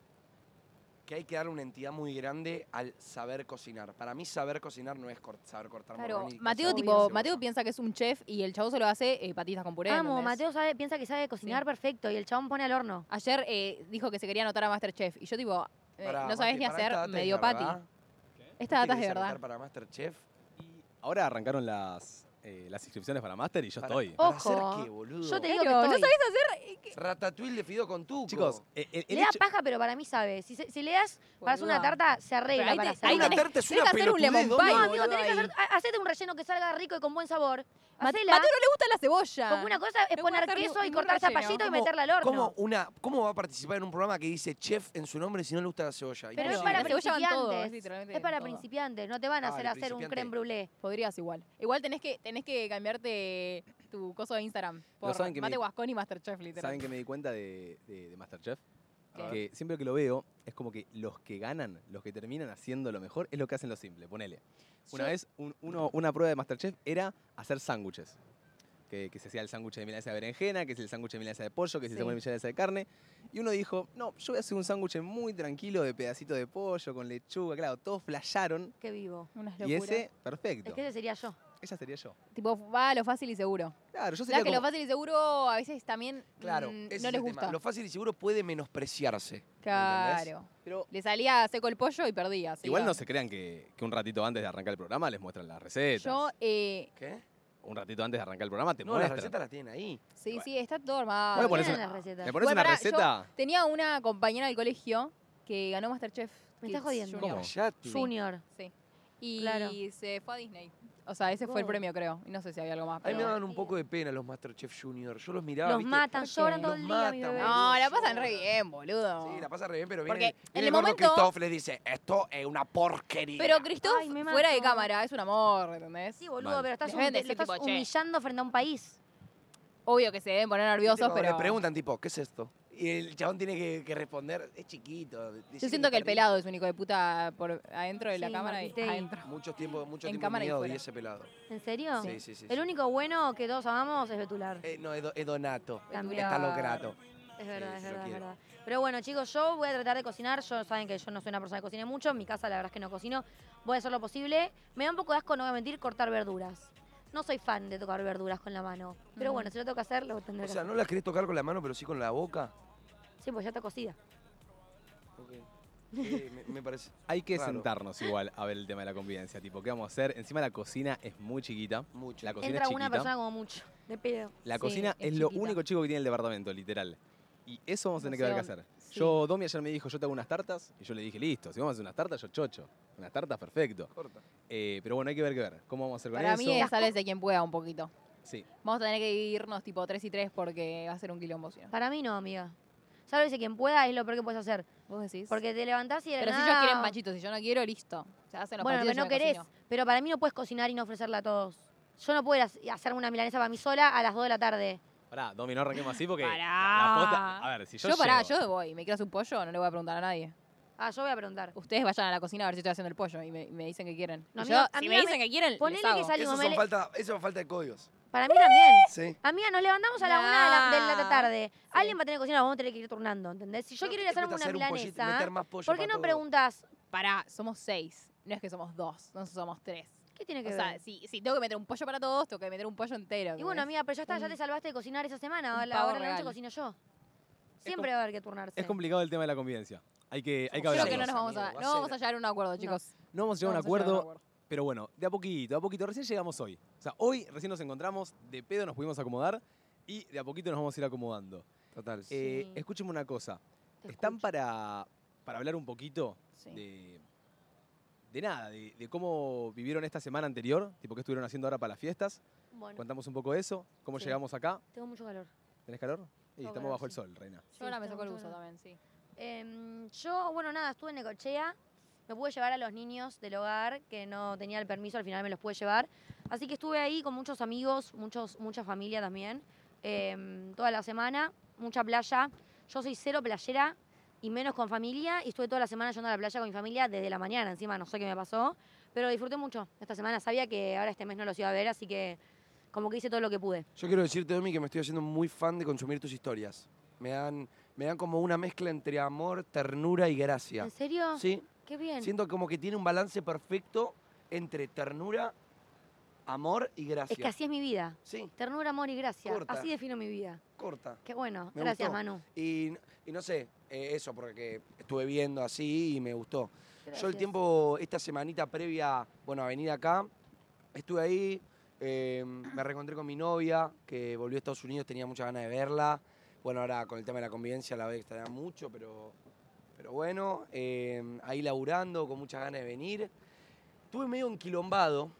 que hay que darle una entidad muy grande al saber cocinar. Para mí, saber cocinar no es cor- saber cortar
Claro,
morrón y
Mateo,
cortar
tipo,
cebolla.
Mateo piensa que es un chef y el chavo se lo hace eh, patitas con puré.
Amo,
¿entendés?
Mateo sabe, piensa que sabe cocinar
Sí.
perfecto y el chabón pone al horno.
Ayer eh, dijo que se quería anotar a Masterchef y yo, tipo, eh,
Pará,
no sabés
Mati,
ni
pará, esta data
hacer
es
medio
la
pati.
verdad.
Esta
¿Te
data es de
querés anotar
verdad.
para Masterchef?
Y ahora arrancaron las, eh, las inscripciones para Master y yo
Para-
estoy.
Oh,
¿Para hacer
Ojo.
qué, boludo?
Yo te digo
Pero,
que
¿no
estoy.
sabés hacer?
Ratatouille de fideo con tuco.
Chicos, eh, el, el
Le da
hecho-
paja, pero para mí sabe. Si, se- si le das para hacer una
Boluda.
tarta, se arregla
Pero ahí
para
te-
hacer
ahí
una
tenés-
Meterte es
tenés
una
que hacer un
pelotudez,
lemon
Domi.
pie,
No,
boludo,
amigo, tenés que
ahí.
hacer, ha- hacete un relleno que salga rico y con buen sabor.
Ma-
Hacela.
Mateo no le gusta la cebolla.
Porque una cosa es
No puede
poner
hacer ni-
queso y
ningún
cortar
relleno.
zapallito y
¿Cómo-
meterla al horno.
¿Cómo, una, ¿Cómo va a participar en un programa que dice chef en su nombre si no le gusta la cebolla?
Pero es
Claro,
para
la cebolla va en todo, es
principiantes.
literalmente
Es para
todo.
principiantes. No te van a
Ah,
hacer
el
hacer un
principiante.
creme brûlée.
Podrías igual. Igual tenés que, tenés que cambiarte tu coso de Instagram. Por
saben que me-
Mate Guascón y Masterchef,
¿Saben
literal.
que me di cuenta de, de- de Masterchef?
¿Qué?
Que siempre que lo veo, es como que los que ganan, los que terminan haciendo lo mejor, es lo que hacen lo simple. Ponele. Una
Yo-
vez, un- uno- una prueba de Masterchef era hacer sándwiches. Que, que se hacía el sándwich de milanesa de berenjena, que es el sándwich de milanesa de pollo, que es el
Sí.
sándwich de milanesa de carne. Y uno dijo, no, yo voy a hacer un sándwich muy tranquilo de pedacito de pollo, con lechuga. Claro, todos flasharon.
Qué vivo.
Unas
Y
locuras.
ese, perfecto.
Es que ese sería yo.
Ella sería yo.
Tipo, va a lo fácil y seguro.
Claro, yo
La
sería
que lo
como-
fácil y seguro a veces también
Claro,
mm,
ese
no
es
les
el tema.
gusta.
Lo fácil y seguro puede menospreciarse. ¿entendés?
Claro.
Pero
Le salía seco el pollo y perdía. se
igual
iba.
no se crean que, que un ratito antes de arrancar el programa les muestran las recetas.
Yo, eh,
¿Qué?
un ratito antes de arrancar el programa te
No, las
muestran.
recetas las tienen ahí.
sí, sí, está todo armado.
Bueno, por
Tienen
eso-
las recetas.
¿Me pones
Igual,
una
pará, yo-
receta?
Tenía una compañera del colegio que ganó Masterchef.
Me
Kids
estás jodiendo.
Junior.
¿Cómo?
Callate.
Junior.
Sí. Y
Claro.
se fue a Disney. O sea, ese fue el
Wow.
premio, creo. Y No sé si había algo más.
A mí
Pero...
me daban un poco de pena los Masterchef Junior. Yo los miraba.
Los
¿viste?
matan,
¿Por qué?
lloran todo
Los
el día, mis
matan,
bebés.
boludo.
No, la pasan re bien, boludo.
Sí, la pasa re bien, pero
Porque
viene,
en
viene
el
gordo
momento-
Christoph les dice, esto es una porquería.
Pero Cristóbal,
Ay, me
fuera de
mato.
cámara, es un amor, ¿entendés?
Sí, boludo,
Mal.
pero estás,
Les deben
humi- lo
decir,
estás
tipo, che.
humillando frente a un país.
Obvio que se deben poner nerviosos,
Cuando
pero.
Le preguntan, tipo, ¿qué es esto? Y el chabón tiene que, que responder, es chiquito.
Yo
decirle
siento que el
perdí".
pelado es un hijo de puta por adentro de la
Sí,
cámara y
Marquitei.
adentro.
Mucho tiempo, mucho
En
tiempo
cámara y
miedo
fuera.
y ese pelado.
¿En serio?
Sí, sí, sí.
El
sí.
único bueno que todos amamos es Betular.
Eh, no, es, do- es Donato.
También.
Está logrado.
Es verdad, es
yo
verdad, es
quiero.
verdad. Pero bueno, chicos, yo voy a tratar de cocinar. Yo saben que yo no soy una persona que cocine mucho. En mi casa la verdad es que no cocino. Voy a hacer lo posible. Me da un poco de asco, no voy a mentir, cortar verduras. No soy fan de tocar verduras con la mano. Pero
Ujú.
bueno, si lo tengo que hacer, lo tendré
O
que
sea,
hacer.
no las querés tocar con la mano, pero sí con la boca.
Sí, pues ya está cocida. *laughs*
Ok. Eh, me, me parece.
Hay que
Raro.
sentarnos igual a ver el tema de la convivencia. Tipo, ¿qué vamos a hacer? Encima la cocina es muy chiquita.
Mucho.
La cocina
Entra
es
una
chiquita.
persona como mucho. De pedo.
La
Sí,
cocina
es
es, lo
chiquita.
único chico que tiene el departamento, literal. Y eso vamos a
No
tener
sé
que ver qué
dónde-
hacer.
sí.
Yo, Domi ayer me dijo, yo te hago unas tartas. Y yo le dije, listo, si vamos a hacer unas tartas, yo chocho. Unas tartas, perfecto.
Corta.
Eh, pero bueno, hay que ver qué ver. ¿Cómo vamos a hacer con
Para
eso?
mí es sales de quien pueda un poquito.
Sí.
Vamos a tener que irnos tipo 3 y 3 porque va a ser un quilombo, si no.
Para mí no, amiga. Sálvese quien pueda, es lo peor que puedes hacer.
¿Vos decís?
Porque te levantás y de la
pero si
nada-
ellos quieren panchitos, si yo no quiero, listo. Se hacen los
Bueno, que
panchitos,
no
yo me
querés,
cocino.
pero para mí no puedes cocinar y no ofrecerla a todos. Yo no puedo ir a hac- hacerme una milanesa para mí sola a las 2 de la tarde.
Pará, Domi, no arranquemos así porque... la-
Pará.
La posta... A ver, si yo
Yo, pará,
llego-
yo me voy. Me quiero hacer un pollo, no le voy a preguntar a nadie.
Ah, yo voy a preguntar.
Ustedes vayan a la cocina a ver si estoy haciendo el pollo y me, y me dicen que quieren.
No,
Y
amiga,
yo, si
amiga,
me
me-
dicen que quieren,
ponele
les hago.
que sal- Algo
Eso,
me
son
le-
falta, eso es falta de códigos.
Para mí también.
Sí.
Amiga, nos levantamos a la
Nah.
una de la, de la tarde.
Sí.
Alguien va a tener que cocinar, vamos a tener que ir turnando, ¿entendés? Si yo
No,
quiero
¿qué
ir
te
a hacerme
cuesta
una
hacer un pollito y
milanesa,
meter más pollo
¿por qué
para
no
todo?
preguntas
Pará, somos seis. No es que somos dos, no somos tres.
qué tiene
O
que
sea,
ver?
si, si tengo que meter un pollo para todos, tengo que meter un pollo entero.
Y bueno,
¿entendés?
amiga, pero ya está, ya
un-
te salvaste de cocinar esa semana.
un
Ahora
pavo
ahora la noche
real.
cocino yo. Siempre va a haber que turnarse.
Es complicado el tema de la convivencia. Hay que, hay que
Somos
Creo
hablarlo.
que no
Amigos,
nos vamos a,
amigos, va
no
a
vamos
ser-
a llegar a un acuerdo, chicos.
No vamos a
No
llegar a un
vamos a llegar a
acuerdo, pero bueno, de a poquito, de a poquito. Recién llegamos hoy. O sea, hoy recién nos encontramos, de pedo nos pudimos acomodar y de a poquito nos vamos a ir acomodando.
Total.
Eh,
Sí.
escúcheme una cosa.
Te
¿Están
escucho.
para, para hablar un poquito
Sí.
de, de nada, de, de cómo vivieron esta semana anterior? Tipo, ¿qué estuvieron haciendo ahora para las fiestas?
Bueno,
Contamos un poco de eso. ¿Cómo
Sí.
llegamos acá?
tengo mucho calor.
¿Tenés calor? Y
Tengo
estamos
calor,
bajo el
sí.
sol, reina.
Yo ahora me
tengo
sacó el
mucho
buzo
calor.
también, sí.
Em, yo, bueno, nada, estuve en Necochea. me pude llevar a los niños del hogar, que no tenía el permiso, al final me los pude llevar. Así que estuve ahí con muchos amigos, muchos, mucha familia también, em, toda la semana, mucha playa. Yo soy cero playera y menos con familia, y estuve toda la semana yendo a la playa con mi familia desde la mañana, encima no sé qué me pasó, pero disfruté mucho esta semana. Sabía que ahora este mes no los iba a ver, así que como que hice todo lo que pude.
Yo quiero decirte, Domi, que me estoy haciendo muy fan de consumir tus historias. Me dan, me dan como una mezcla entre amor, ternura y gracia.
¿En serio?
Sí,
Qué bien.
siento como que tiene un balance perfecto entre ternura, amor y gracia.
es que así es mi vida.
Sí,
Ternura, amor y gracia.
Corta.
Así defino mi vida.
corta.
Qué bueno.
Me
Gracias,
gustó.
Manu.
Y, y no sé, eh, eso, porque estuve viendo así y me gustó. Yo el
Gracias.
tiempo, esta semanita previa, bueno, a venir acá, estuve ahí, eh, me reencontré con mi novia, que volvió a Estados Unidos, tenía muchas ganas de verla. Bueno, ahora con el tema de la convivencia la voy a extrañar mucho, pero, pero bueno, eh, ahí laburando, con muchas ganas de venir. Estuve medio enquilombado,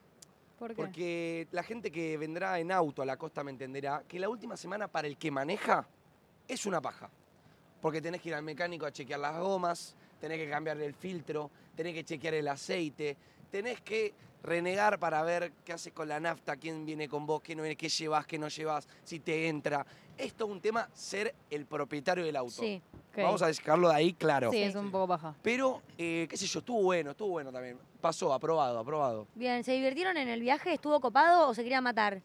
¿Por qué?
porque la gente que vendrá en auto a la costa me entenderá que la última semana para el que maneja es una paja. Porque tenés que ir al mecánico a chequear las gomas, tenés que cambiarle el filtro, tenés que chequear el aceite, tenés que renegar para ver qué haces con la nafta, quién viene con vos, qué no viene, qué llevas, qué no llevas, si te entra. Esto es un tema ser el propietario del auto.
Sí.
Ok.
Vamos a dejarlo de ahí claro.
Sí,
Sí,
es un poco baja.
Pero, eh, qué sé yo, estuvo bueno, estuvo bueno también. Pasó, aprobado, aprobado.
Bien, ¿se divirtieron en el viaje? ¿Estuvo copado o se quería matar?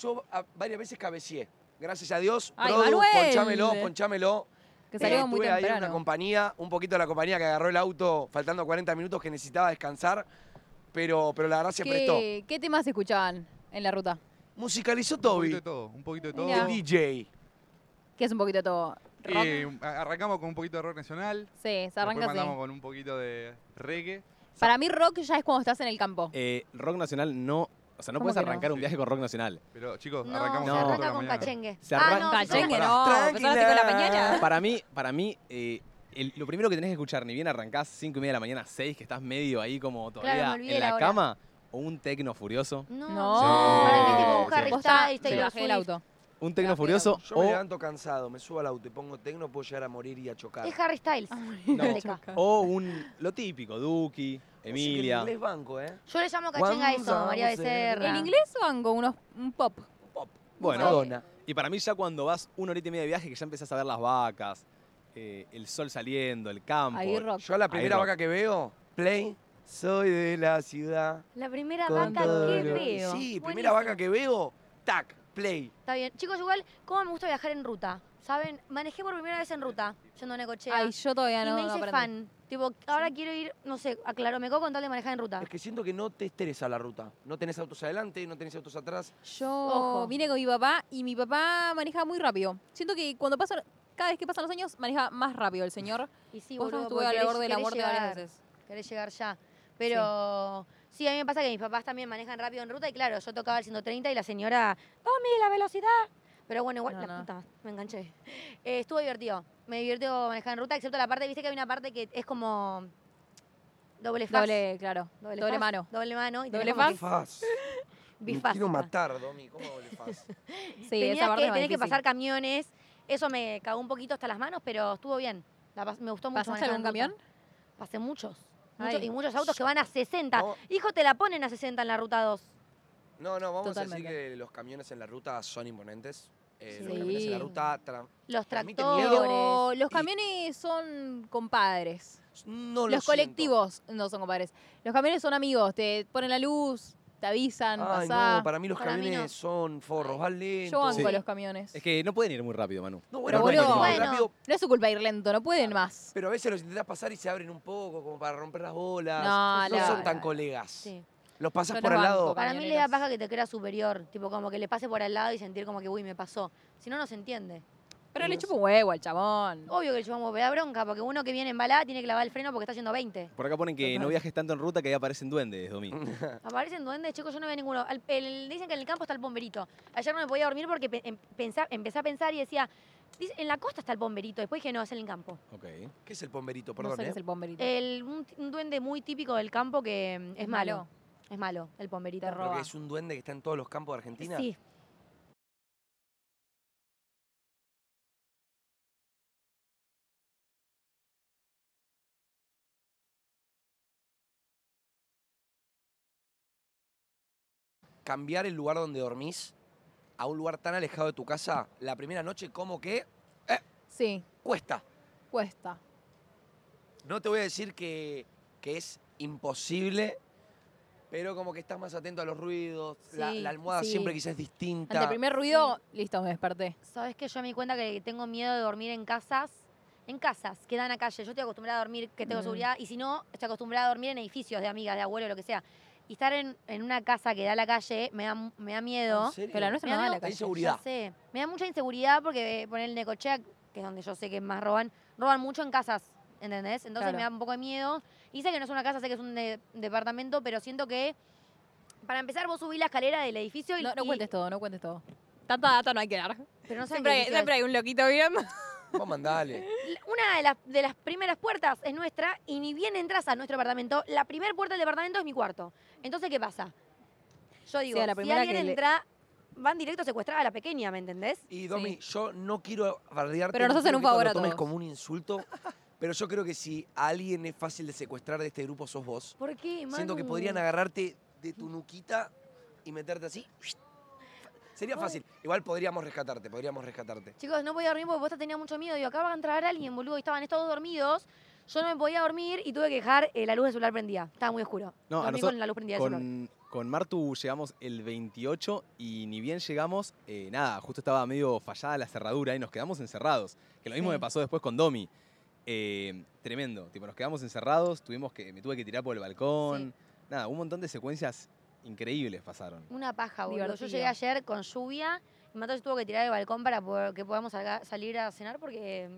Yo ah, varias veces cabecié. Gracias a Dios.
¡Ay,
Produ,
Manuel!
ponchámelo, ponchámelo.
Que
Eh,
salió muy
tuve ahí una
temprano.
compañía, un poquito de la compañía que agarró el auto faltando 40 minutos que necesitaba descansar, pero, pero la verdad se prestó.
¿Qué, ¿Qué temas escuchaban en la ruta?
Musicalizó
Un poquito
Toby,
de todo, un poquito de todo.
Mirá.
el DJ.
Que es un poquito todo. Rock.
Y a- Eh, arrancamos con un poquito de rock nacional.
sí, se
Después
arranca así.
mandamos con un poquito de reggae.
Para mí, rock ya es cuando estás en el campo.
Eh, rock nacional no. O sea, no
¿Cómo
puedes
que no?
arrancar un viaje con rock nacional.
Pero chicos,
No,
arrancamos
se
a las
No.
cuatro de
arranca
la
con
mañana.
pachengue.
Se
Ah,
arranca-
no,
Cachengue,
se
Cachengue,
arranca-
no. Empezó a las cinco de la mañana.
Para mí, para mí eh, el- lo primero que tenés que escuchar, ni bien arrancás 5 y media de la mañana, 6, que estás medio ahí como todavía
me olvidé
en la,
la hora. Mm.
cama, o un tecno furioso.
No.
No.
Para mí, tipo,
Sí,
Harry
Posta,
Styles,
me
Taylor
bajé del
Swift.
auto.
Un tecno
Claro,
furioso
Yo me
o,
levanto cansado, me subo al auto y pongo tecno, puedo llegar a morir y a chocar.
Es Harry Styles. *laughs*
No.
Teca.
o un lo típico, Duki,
Música en
Emilia.
inglés banco, ¿eh?
Yo le llamo cachenga a eso,
Vamos
María
a hacer-
Becerra.
¿En inglés o en unos, un pop?
Bueno,
Madonna.
y para mí ya cuando vas una horita y media de viaje que ya empezás a ver las vacas, eh, el sol saliendo, el campo.
Ahí rock.
Yo a la primera
va.
vaca que veo, play, soy de la ciudad.
La primera
con
vaca
todo
que
lo-
veo.
Sí, primera
Buenísimo.
vaca que veo, tac, play.
Está bien. Chicos, igual, ¿cómo me gusta viajar en ruta? ¿Saben? Manejé por primera vez en ruta, yendo a Necochea.
Ay, yo todavía
y
no,
me
no
hice
aprendí.
fan. Tipo, ahora quiero ir, no sé, aclaro, me cojo con tal de manejar en
Ah.
ruta.
Es que siento que no te estresa la ruta. No tenés autos adelante, no tenés autos atrás.
Yo
Ojo.
vine con mi papá y mi papá manejaba muy rápido. Siento que cuando pasan, cada vez que pasan los años, maneja más rápido el señor.
Y sí,
Vos
boludo,
estuve
porque
al
querés-
borde de la
querés
muerte
llegar,
varias veces.
Querés llegar ya. Pero sí. a mí me pasa que mis papás también manejan rápido en ruta y claro, yo tocaba el 130 y la señora, Tommy, la velocidad. Pero bueno, igual,
No,
la
no.
puta, me enganché. *laughs* Eh, estuvo divertido. Me divirtió manejar en ruta, excepto la parte, viste que hay una parte que es como doble faz.
Doble, claro. Doble,
faz,
mano.
Doble mano. Y
Doble
tenés como
faz.
¿Qué faz?
que-
Me
bifaz.
quiero matar, Domi. ¿Cómo doble
*laughs*
faz?
Sí,
Tenías
esa parte
que,
es
tenés
más
que
difícil.
pasar camiones. Eso me cagó un poquito hasta las manos, pero estuvo bien. La pas- me gustó mucho.
¿Pasaste
manejar en
algún
ruta.
camión?
Pasé muchos.
Ay.
Muchos- y muchos autos que van a 60.
Oh.
No.
Hijo, te la ponen a 60 en la ruta 2.
No, no, vamos a
Totalmente.
decir que los camiones en la ruta son imponentes. Eh, Los
Sí.
camiones en la ruta... tra-
Los
Transmite
tractores.
miedo.
Pero los
Y-
camiones son compadres.
No lo
los
siento.
colectivos no son compadres. Los camiones son amigos. Te ponen la luz, te avisan,
Ay,
pasá.
no, para mí los
Para mí
camiones
no.
son forros, van lento.
Yo banco
Sí.
los camiones.
Es que no pueden ir muy rápido, Manu.
No, bueno,
Pero
bueno,
boludo.
van
Bueno.
rápido,
No es su culpa ir lento, no pueden más.
pero a veces los intentás pasar y se abren un poco, como para romper las bolas.
No,
No
no,
son
no,
tan
no.
colegas.
Sí.
Los pasás
Yo
por
los
al
banco.
lado.
Para mí le da
Camioneros.
paja que te crea superior. Tipo, como que le pase por al lado y sentir como que, uy, me pasó. Si no, no se entiende.
Pero le
Unos-
chupa un huevo al chabón.
Obvio que el chubambo me da bronca, porque uno que viene embalada tiene que lavar el freno porque está yendo 20.
Por acá ponen que
Total.
no viajes tanto en ruta que ahí aparecen duendes, Domi.
Aparecen duendes, chicos, yo no veo ninguno. Al- el- dicen que en el campo está el bomberito. Ayer no me podía dormir porque pe- em- pensá- empecé a pensar y decía, "Dice, en la costa está el bomberito. Después dije, no, es en el campo.
Ok.
¿Qué es el pomberito?
No
Perdón,
sé qué
¿eh?
es el bomberito.
El- un, t- un duende muy típico del campo que mm, es, malo.
malo.
Es malo, el bomberito.
Te
Pero que
roba.
es un duende que está en todos los campos de Argentina.
Sí.
cambiar el lugar donde dormís a un lugar tan alejado de tu casa la primera noche como que
Sí,
cuesta.
cuesta.
No te voy a decir que, que es imposible, pero como que estás más atento a los ruidos, la,
Sí,
la almohada
sí.
siempre quizás es
Ante
distinta.
el primer ruido, listo, me desperté.
Sabes que yo me di cuenta que tengo miedo de dormir en casas. En casas que dan a calle. Yo estoy acostumbrada a dormir, que tengo
Mm.
seguridad. Y si no, estoy acostumbrada a dormir en edificios de amigas, de abuelo, lo que sea. Y estar en, en una casa que da a la calle me da, me da miedo.
¿En serio?
Pero la nuestra
Me
no da a
da
la
Hay
calle.
seguridad.
Ya sé. Me da mucha inseguridad porque eh, poner el Necochea, que es donde yo sé que más roban, roban mucho en casas, ¿entendés? Entonces
Claro.
me da un poco de miedo. Y sé que no es una casa, sé que es un de- departamento, pero siento que para empezar vos subís la escalera del edificio y
No, no
y-
cuentes todo, no cuentes todo.
Tanta data no hay que dar.
pero no saben
Siempre,
qué
hay,
edificio
siempre hay un loquito bien.
Vos mandale.
es. Una de las, de las primeras puertas es nuestra y ni bien entras a nuestro departamento, la primera puerta del departamento es mi cuarto. Entonces, ¿qué pasa? Yo digo,
a la
si
primera que
alguien
le-
entra, van directo a secuestrar a la pequeña, ¿me entendés?
Y Domi, yo no quiero bardearte.
Pero
no
nos hacen
quiero
un
que esto
favor
lo
a
tomes
todos.
como un insulto, pero yo creo que si a alguien es fácil de secuestrar de este grupo sos vos.
¿Por qué,
Siento que
Manu?
podrían agarrarte de tu nuquita y meterte así. Sería
Ay.
fácil. Igual podríamos rescatarte, podríamos rescatarte.
Chicos, no podía dormir porque vos tenía mucho miedo. Digo, acaba de entrar alguien, boludo, y estaban estos dos dormidos. Yo no me podía dormir y tuve que dejar eh, la luz del celular prendida. Estaba muy oscuro.
No, a
Dormí
nosotros-
con la luz prendida del celular.
Con, con Martu llegamos el 28 y ni bien llegamos, eh, nada, justo estaba medio fallada la cerradura y nos quedamos encerrados. Que lo mismo
Sí.
me pasó después con Domi. Eh, tremendo, tipo, nos quedamos encerrados, tuvimos que, me tuve que tirar por el balcón. Nada, un montón de secuencias increíbles pasaron.
Una paja, boludo.
Divertido.
Yo llegué ayer con lluvia y Mató se tuvo que tirar el balcón para poder- que podamos salga- salir a cenar porque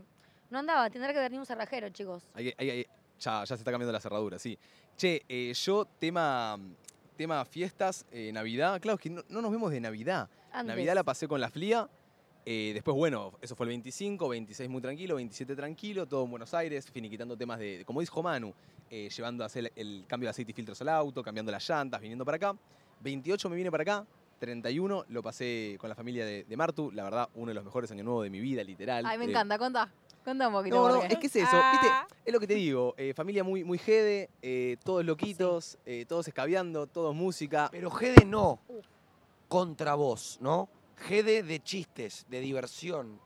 no andaba. Tendrá que haber ni un cerrajero, chicos.
Hay que- hay- hay- ya, ya se está cambiando la cerradura, sí. Che, eh, yo tema, tema fiestas, eh, Navidad, claro, es que no- no nos vemos de Navidad.
Antes.
Navidad la pasé con la FLIA. eh, después, bueno, eso fue el 25, 26 muy tranquilo, 27 tranquilo, todo en Buenos Aires, finiquitando temas de, como dijo Manu, eh, llevando a hacer el cambio de aceite y filtros al auto, cambiando las llantas, viniendo para acá. 28 me vine para acá, 31 lo pasé con la familia de, de Martu, la verdad, uno de los mejores años nuevos de mi vida, literal.
Ay, me
Eh,
encanta, contá. Contá un poquito.
No, no,
porque-
es que es eso,
Ah.
¿viste? Es lo que te digo, eh, familia muy, muy jede, eh, todos loquitos, eh, todos escabeando, todos música.
Pero Gede no. Contra vos, ¿no? Gede de chistes, de diversión.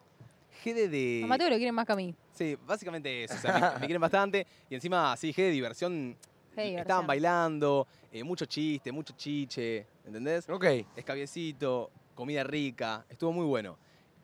Jede de...
A Mateo lo quieren más que a mí.
Sí, básicamente eso. O sea, me, me quieren bastante. Y encima, sí, G de diversión.
G de diversión.
Estaban bailando, eh, mucho chiste, mucho chiche, ¿entendés?
Ok.
Escabiecito, comida rica, estuvo muy bueno.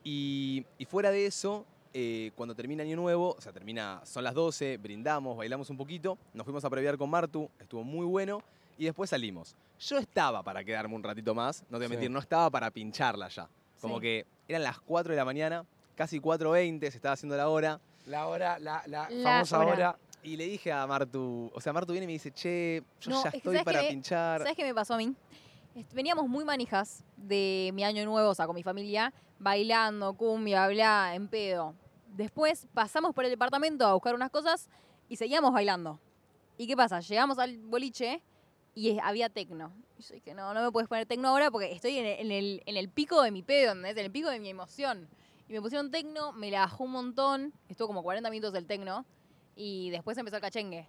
Y, y fuera de eso, eh, cuando termina Año Nuevo, o sea, termina, son las 12, brindamos, bailamos un poquito, nos fuimos a previar con Martu, estuvo muy bueno, y después salimos. Yo estaba para quedarme un ratito más, no te voy a
Sí.
mentir, no estaba para pincharla ya. Como
Sí.
que eran las 4 de la mañana, casi 4.20, se estaba haciendo la hora.
La hora, la, la
La
famosa
hora.
hora.
Y le dije a Martu, o sea, Martu viene y me dice, che, yo
No,
ya
es que
estoy
¿sabes
para
qué?
pinchar.
¿Sabes qué me pasó a mí? Est- Veníamos muy manijas de mi año nuevo, o sea, con mi familia, bailando, cumbia, bla, en pedo. Después pasamos por el departamento a buscar unas cosas y seguíamos bailando. ¿Y qué pasa? Llegamos al boliche y es- había tecno. Y yo dije, no, no me puedes poner tecno ahora porque estoy en el, en el- en el pico de mi pedo, ¿entendés? En el pico de mi emoción. Y me pusieron tecno, me la bajó un montón, estuvo como 40 minutos del tecno y después empezó el cachengue.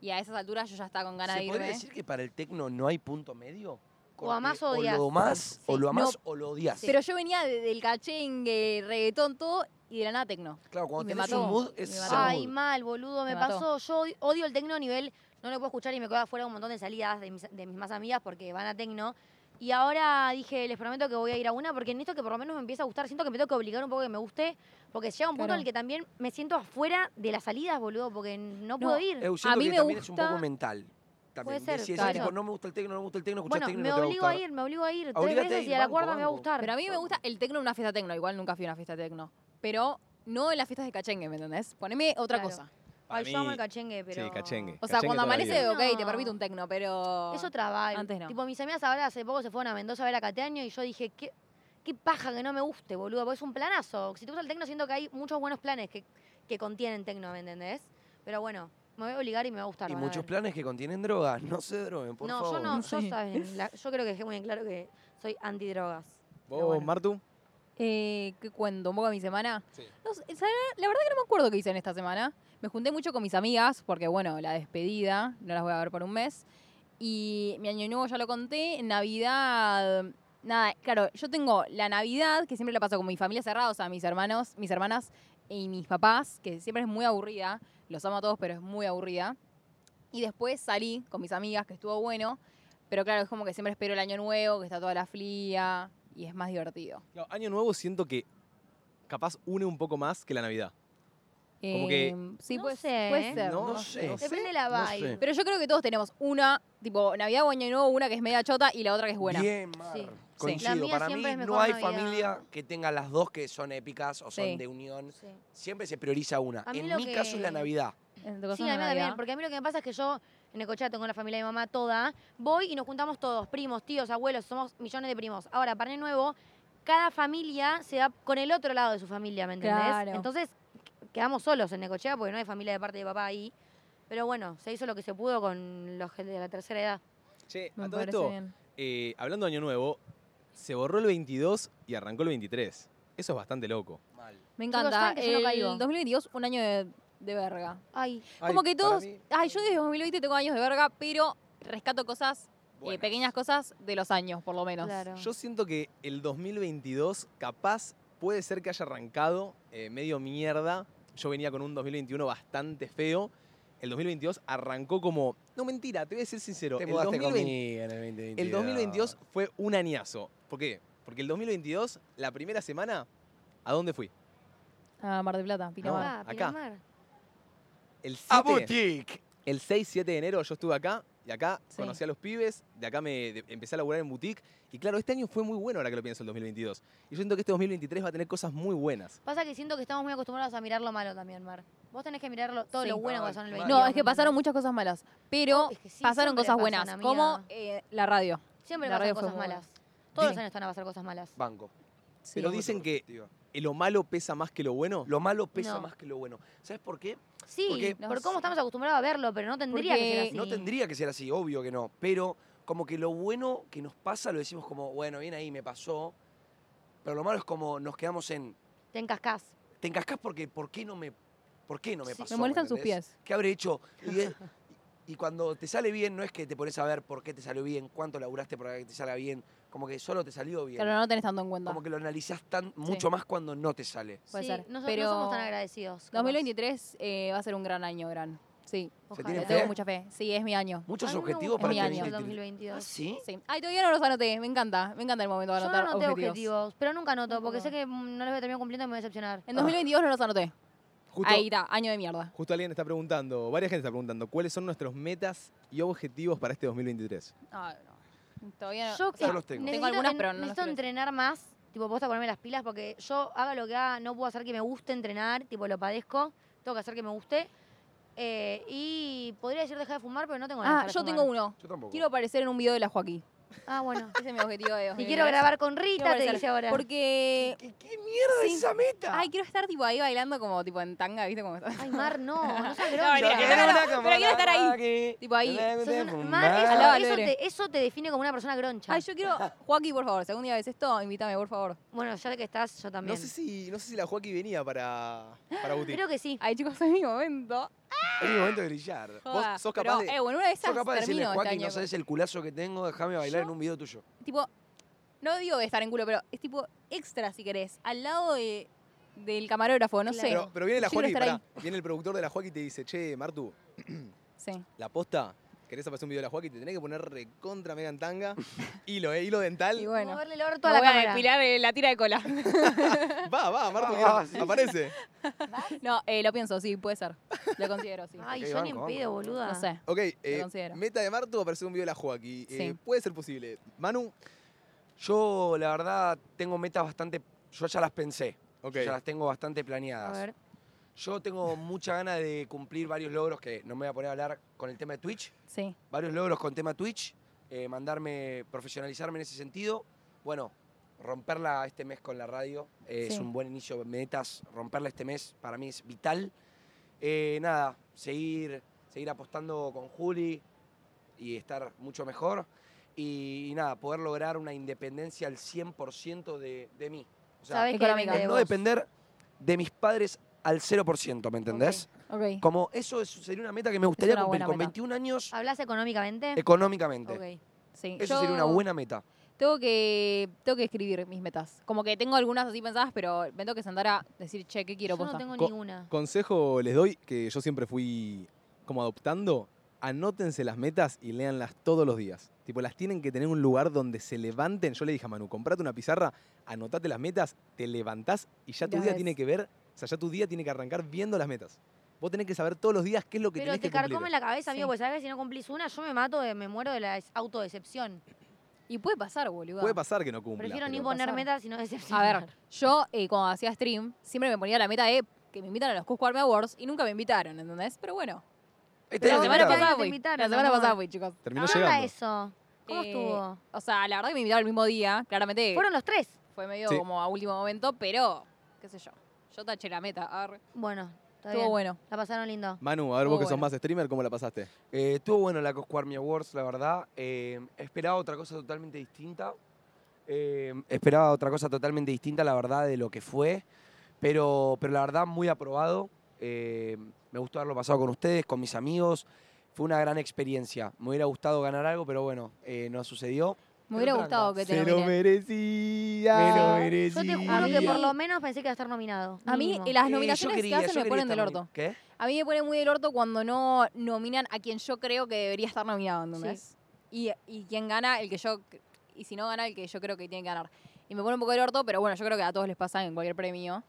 Y a esas alturas yo ya estaba con ganas
¿Se
de irme.
podría decir que para el tecno no hay punto medio?
O amás
Porque
o odias.
lo amás, o
Sí.
lo amás
No.
o lo odias.
Pero yo venía de- del cachengue, reggaetón, todo, y de la nada tecno.
claro, cuando
y me
tenés
mató,
un mood,
me
es ese
mató.
Ay,
mood.
mal, boludo, me,
Me mató.
pasó. Yo odi- odio el tecno a nivel, no lo puedo escuchar y me quedo afuera un montón de salidas de mis, de mis más amigas porque van a tecno. Y ahora dije, les prometo que voy a ir a una porque en esto que por lo menos me empieza a gustar, siento que me tengo que obligar un poco que me guste, porque llega un punto
Claro.
en el que también me siento afuera de las salidas, boludo, porque no puedo ir.
Eh, siento
a mí
que
me
también es un
gusta-
poco mental. También.
Puede
de
ser,
si decís,
claro.
tipo, no me gusta el tecno, no me gusta el tecno, escuchás
bueno,
tecno y
me
no te va a
obligo a,
gustar.
ir, me obligo a ir tres
Obligate a
veces
ir,
y a la
banco,
cuarta me va a
banco.
gustar.
Pero a mí me gusta el tecno en una fiesta tecno. Igual nunca fui a una fiesta tecno. Pero no en las fiestas de cachengue, ¿me entendés? Poneme otra
Claro.
cosa.
Para
Ay, yo amo
mí-
el cachengue, pero...
cachengue.
O sea, cuando
toda la
amanece,
vida.
ok, te
No.
permite un tecno, pero...
Es otra vibe.
Antes no.
Tipo, mis amigas ahora hace poco se fueron a Mendoza a ver a Cateaño y yo dije, qué, qué paja que no me guste, boludo, porque es un planazo. Si te gusta el tecno, siento que hay muchos buenos planes que, que contienen tecno, ¿me entendés? Pero bueno, me voy a obligar y me va a gustar.
Y
van a
muchos
ver.
planes que contienen drogas. No se droguen, por
no,
favor.
yo no, yo,
Sí.
saben, la- yo creo que dejé muy en claro que soy antidrogas.
¿Vos,
bueno.
Martu?
Eh, ¿Qué cuento? ¿Un poco de mi semana?
Sí.
No sé, ¿sabes? la verdad que no me acuerdo qué hice en esta semana. Me junté mucho con mis amigas, porque bueno, la despedida, no las voy a ver por un mes. Y mi año nuevo ya lo conté. Navidad. Nada, claro, yo tengo la Navidad, que siempre la paso con mi familia cerrada, o sea, mis hermanos, mis hermanas y mis papás, que siempre es muy aburrida. Los amo a todos, pero es muy aburrida. Y después salí con mis amigas, que estuvo bueno. Pero claro, es como que siempre espero el año nuevo, que está toda la fría y es más divertido.
Claro, año nuevo siento que capaz une un poco más que la Navidad. Como que-
Em, sí,
No
puede,
sé,
puede
¿eh?
ser.
No sé.
no sé,
Depende de la
no
vibe.
sé.
Pero yo creo que todos tenemos una, tipo Navidad o Año Nuevo, una que es media chota y la otra que es buena.
Bien, Mar.
Sí. La
Coincido.
mía
Para mí
siempre es
no
mejor
hay
Navidad.
familia que tenga las dos que son épicas o son
Sí.
de unión.
Sí.
Siempre se prioriza una.
A mí
En
lo
mi caso es la
que-
Navidad.
En tu caso
Sí,
no
a mí
Navidad.
también, porque a mí lo que me pasa es que yo en Ecochea tengo la familia de mi mamá toda, voy y nos juntamos todos, primos, tíos, abuelos, somos millones de primos. Ahora, para el nuevo, cada familia se va con el otro lado de su familia, ¿me entendés?
Claro.
Entonces, qu- quedamos solos en Necochea porque no hay familia de parte de papá ahí. Pero bueno, se hizo lo que se pudo con los de la tercera edad.
Che,
Me
a todo
parece
esto,
bien.
eh, hablando de año nuevo, se borró el 22 y arrancó el 23. Eso es bastante loco.
Mal.
Me
Chicos,
encanta.
saben que yo no
El
caigo.
2022, un año de, de verga.
Ay,
Como que todos. Ay, yo desde 2020 tengo años de verga, pero rescato cosas, eh,
Buenas.
pequeñas cosas de los años, por lo menos.
claro.
Yo siento que el 2022 capaz puede ser que haya arrancado eh, medio mierda. Yo venía con un 2021 bastante feo. El 2022 arrancó como... No, mentira, te voy a ser sincero.
Te
el
mudaste
2020
conmigo en el 2022.
El 2022 fue un añazo. ¿Por qué? Porque el 2022, la primera semana, ¿a dónde fui?
A Mar del Plata, Pinamar.
Ah,
acá.
Pinamar.
El 7,
¡A boutique!
el 6, 7 de enero yo estuve acá y acá
Sí.
conocí a los pibes, de acá me de- empecé a laburar en boutique y claro, este año fue muy bueno ahora que lo pienso el 2022. Y yo siento que este 2023 va a tener cosas muy buenas.
Pasa que siento que estamos muy acostumbrados a mirar lo malo también, Mar. Vos tenés que mirar lo- todo
Sí.
lo bueno que
Ay,
son el
mal.
22.
No, es que
¿me
pasaron
entendés?
muchas cosas malas, pero
Oh, Es que sí,
pasaron
siempre
cosas buenas,
pasan,
como
amiga.
eh, la radio.
Siempre
La
pasan
radio fue
cosas
muy buena.
malas. Todos los
Sí.
años están a pasar cosas malas.
Banco.
Pero dicen que eh, lo malo pesa más que lo bueno.
Lo malo pesa
No.
más que lo bueno. ¿Sabes por qué?
Sí,
Porque-
por cómo estamos acostumbrados a verlo, pero no tendría que ser
Porque
así.
No tendría que ser así, obvio que no. Pero como que lo bueno que nos pasa lo decimos como, bueno, bien ahí, me pasó. Pero lo malo es como nos quedamos en,
Te encascás.
te encascás porque, ¿por qué no me, por qué no me
Sí.
pasó?
Me molestan sus
entendés?
pies.
¿Qué habré hecho? Y, es-
*laughs*
y cuando te sale bien, no es que te pones a ver por qué te salió bien, cuánto laburaste para que te salga bien. Como que solo te salió bien.
Claro, no lo tenés tanto en cuenta.
Como que lo analizás tan, mucho más cuando no te sale.
Puede
Sí,
ser,
No, so- no
pero-
somos tan agradecidos. capaz.
2023 eh, va a ser un gran año, gran. Sí,
Ojalá.
tiene
le
fe?
tengo mucha fe. Sí, es mi año.
A
Muchos
mí me
objetivos
gusta
para
mi
este
año.
el
2023.
2022.
¿Ah, sí?
Sí. Ay, todavía no los anoté. Me encanta. Me encanta el momento de
Yo no
anotar
anoté objetivos.
objetivos.
pero nunca anoto, porque
Tampoco.
sé que mm, no los voy a terminar cumpliendo y me voy a decepcionar.
En 2022 no los anoté.
Justo,
Ahí está, año de mierda.
justo alguien está preguntando, varias gente está preguntando, ¿cuáles son nuestros metas y objetivos para este 2023?
Ah, no. Todavía no.
Yo
o sea,
que
los tengo.
necesito,
Tengo algunas,
en-
pero no las
necesito
quiero decir.
entrenar más, tipo, posta ponerme las pilas, porque yo haga lo que haga, no puedo hacer que me guste entrenar, tipo, lo padezco, tengo que hacer que me guste. Eh, y podría decir dejar de fumar, pero no tengo ganas de
ah,
dejar de
yo tengo
fumar.
uno.
Yo tampoco.
Quiero aparecer en un video de la Joaquín.
Ah,
*laughs*
bueno.
Ese es mi objetivo
*laughs*
de
Y
2023.
quiero grabar con Rita, te
aparecer.
dice ahora.
Porque.
¿Qué, qué mierda es
Sí.
esa meta?
Ay, quiero estar tipo ahí bailando como tipo en tanga, ¿viste? Como
Ay, Mar,
*laughs*
no, no seas
No,
grosa.
no, no, no, no, pero quiero estar ahí. Tipo ahí.
Sos una-
Al lado
Mar,
del
eso, eso
Bere.
te, eso te define como una persona groncha.
Ay, yo quiero. Joaquín, por favor, si algún día ves esto, invítame, por favor.
Bueno, ya que estás, yo también.
No sé, si, no sé si la Joaquín venía para, para Boutique.
Creo que sí.
Ay, chicos, *laughs* es mi momento.
Es mi momento de brillar.
Joda.
sos
Pero,
capaz de-
eh, bueno, una de esas
Soy capaz de decirle,
termino este
Joaquín,
año.
no sabes el culazo que tengo, déjame bailar
Yo-
en un video tuyo.
tipo, no digo de estar en culo, pero es tipo extra si querés, al lado de, del camarógrafo, no sé.
Pero, pero viene la
Yo quiero
Joaquín,
estar ahí.
pará, viene el productor de la Joaquín y te dice, che, Martu,
Sí.
la posta, querés aparecer un video de la Joaquín, te tenés que poner recontra mega en
*laughs*
tanga, hilo, eh, hilo dental.
Y bueno,
Moverle el orto
me
a la
voy a
cámara.
depilar eh, la tira de cola.
Va,
Ah,
va, Martu,
Va,
que
va, sí,
aparece.
*laughs* no, eh, lo pienso, sí, puede ser. Lo considero,
*laughs*
sí.
Ay,
Ok,
yo ni en
banco,
pedo,
banco.
boluda.
No sé.
Ok, eh,
considero.
meta de Martu, aparecer un video de la Joaquín. Eh,
Sí.
puede ser posible. Manu,
Yo, la verdad, tengo metas bastante. Yo ya las pensé.
ok.
Yo ya las tengo bastante
A
planeadas.
ver.
Yo tengo mucha ganas de cumplir varios logros que no me voy a poner a hablar con el tema de Twitch.
Sí.
Varios logros con tema Twitch. eh, mandarme, profesionalizarme en ese sentido. Bueno, romperla este mes con la radio eh, es
Sí.
un buen inicio. de Metas, romperla este mes para mí es vital. Eh, nada, seguir, seguir apostando con Juli y estar mucho mejor. Y, y nada, poder lograr una independencia al 100% de, de mí. O sea,
Sabés que
económica.
depende de
no
vos.
depender de mis padres al 0%, ¿me entendés?
Ok. Ok.
Como eso es- sería una meta que me gustaría
una
cumplir
buena
con
meta.
21 años
¿Hablas económicamente?
económicamente.
Ok.
Sí,
Eso
yo
sería una buena meta.
Tengo que, tengo que escribir mis metas. Como que tengo algunas así pensadas, pero me tengo que sentar a decir, che, ¿qué quiero
Yo no
posta?
tengo
Co-
ninguna.
Consejo les doy que yo siempre fui como adoptando. Anótense las metas y léanlas todos los días. Tipo, las tienen que tener en un lugar donde se levanten. Yo le dije a Manu, comprate una pizarra, anotate las metas, te levantás y ya tu
Ya
día
ves.
tiene que ver, o sea, ya tu día tiene que arrancar viendo las metas. Vos tenés que saber todos los días qué es lo que
Pero
tenés
te
que cumplir.
carcome la cabeza, amigo,
Sí.
porque sabes que si no cumplís una, yo me mato, de- me muero de la autodecepción.
Y puede pasar, boludo.
Puede pasar que no cumpla.
Prefiero ni
pero-
poner
Pasar.
metas, sino decepción.
A ver, yo eh, cuando hacía stream, siempre me ponía la meta de que me invitan a los Cusco Army Awards y nunca me invitaron, ¿entendés? Pero bueno.
Este
Pero
La
año
semana
bueno,
meta.
pasada
te
fui.
invitaron,
La semana
amor.
pasada fui, chicos.
Terminó
Ah,
llegando.
eso. ¿Cómo
Eh,
estuvo?
O sea, la verdad que me invitaron el mismo día, claramente.
Fueron los tres.
Fue medio
Sí.
como a último momento, pero qué sé yo. Yo taché la meta. arre.
Bueno, está
Estuvo
bien.
bueno.
La pasaron lindo.
Manu, a ver vos que
Estuvo
sos
bueno.
más streamer, ¿cómo la pasaste?
Eh, estuvo bueno la Cosquarmy Awards, la verdad. Eh, esperaba otra cosa totalmente distinta. Eh, esperaba otra cosa totalmente distinta, la verdad, de lo que fue. Pero, pero la verdad, muy aprobado. Eh, me gustó haberlo pasado con ustedes, con mis amigos. Fue una gran experiencia. Me hubiera gustado ganar algo, pero bueno, eh, no sucedió.
Me hubiera
tranca.
gustado que te
Se lo
nominen.
merecía.
Me lo
Yo te
merecía.
juro
A
que
mí-
por lo menos pensé que iba a estar nominado.
A mí
mínimo.
y las
Eh, yo
nominaciones
quería-
que
yo
hacen me
quería
ponen del
estar
orto.
nomi- ¿Qué?
A mí me pone muy del orto cuando no nominan a quien yo creo que debería estar nominado, ¿entendés? Y, y quien gana, el que yo. cre- Y si no gana, el que yo creo que tiene que ganar. Y me pone un poco del orto, pero bueno, yo creo que a todos les pasa en cualquier premio.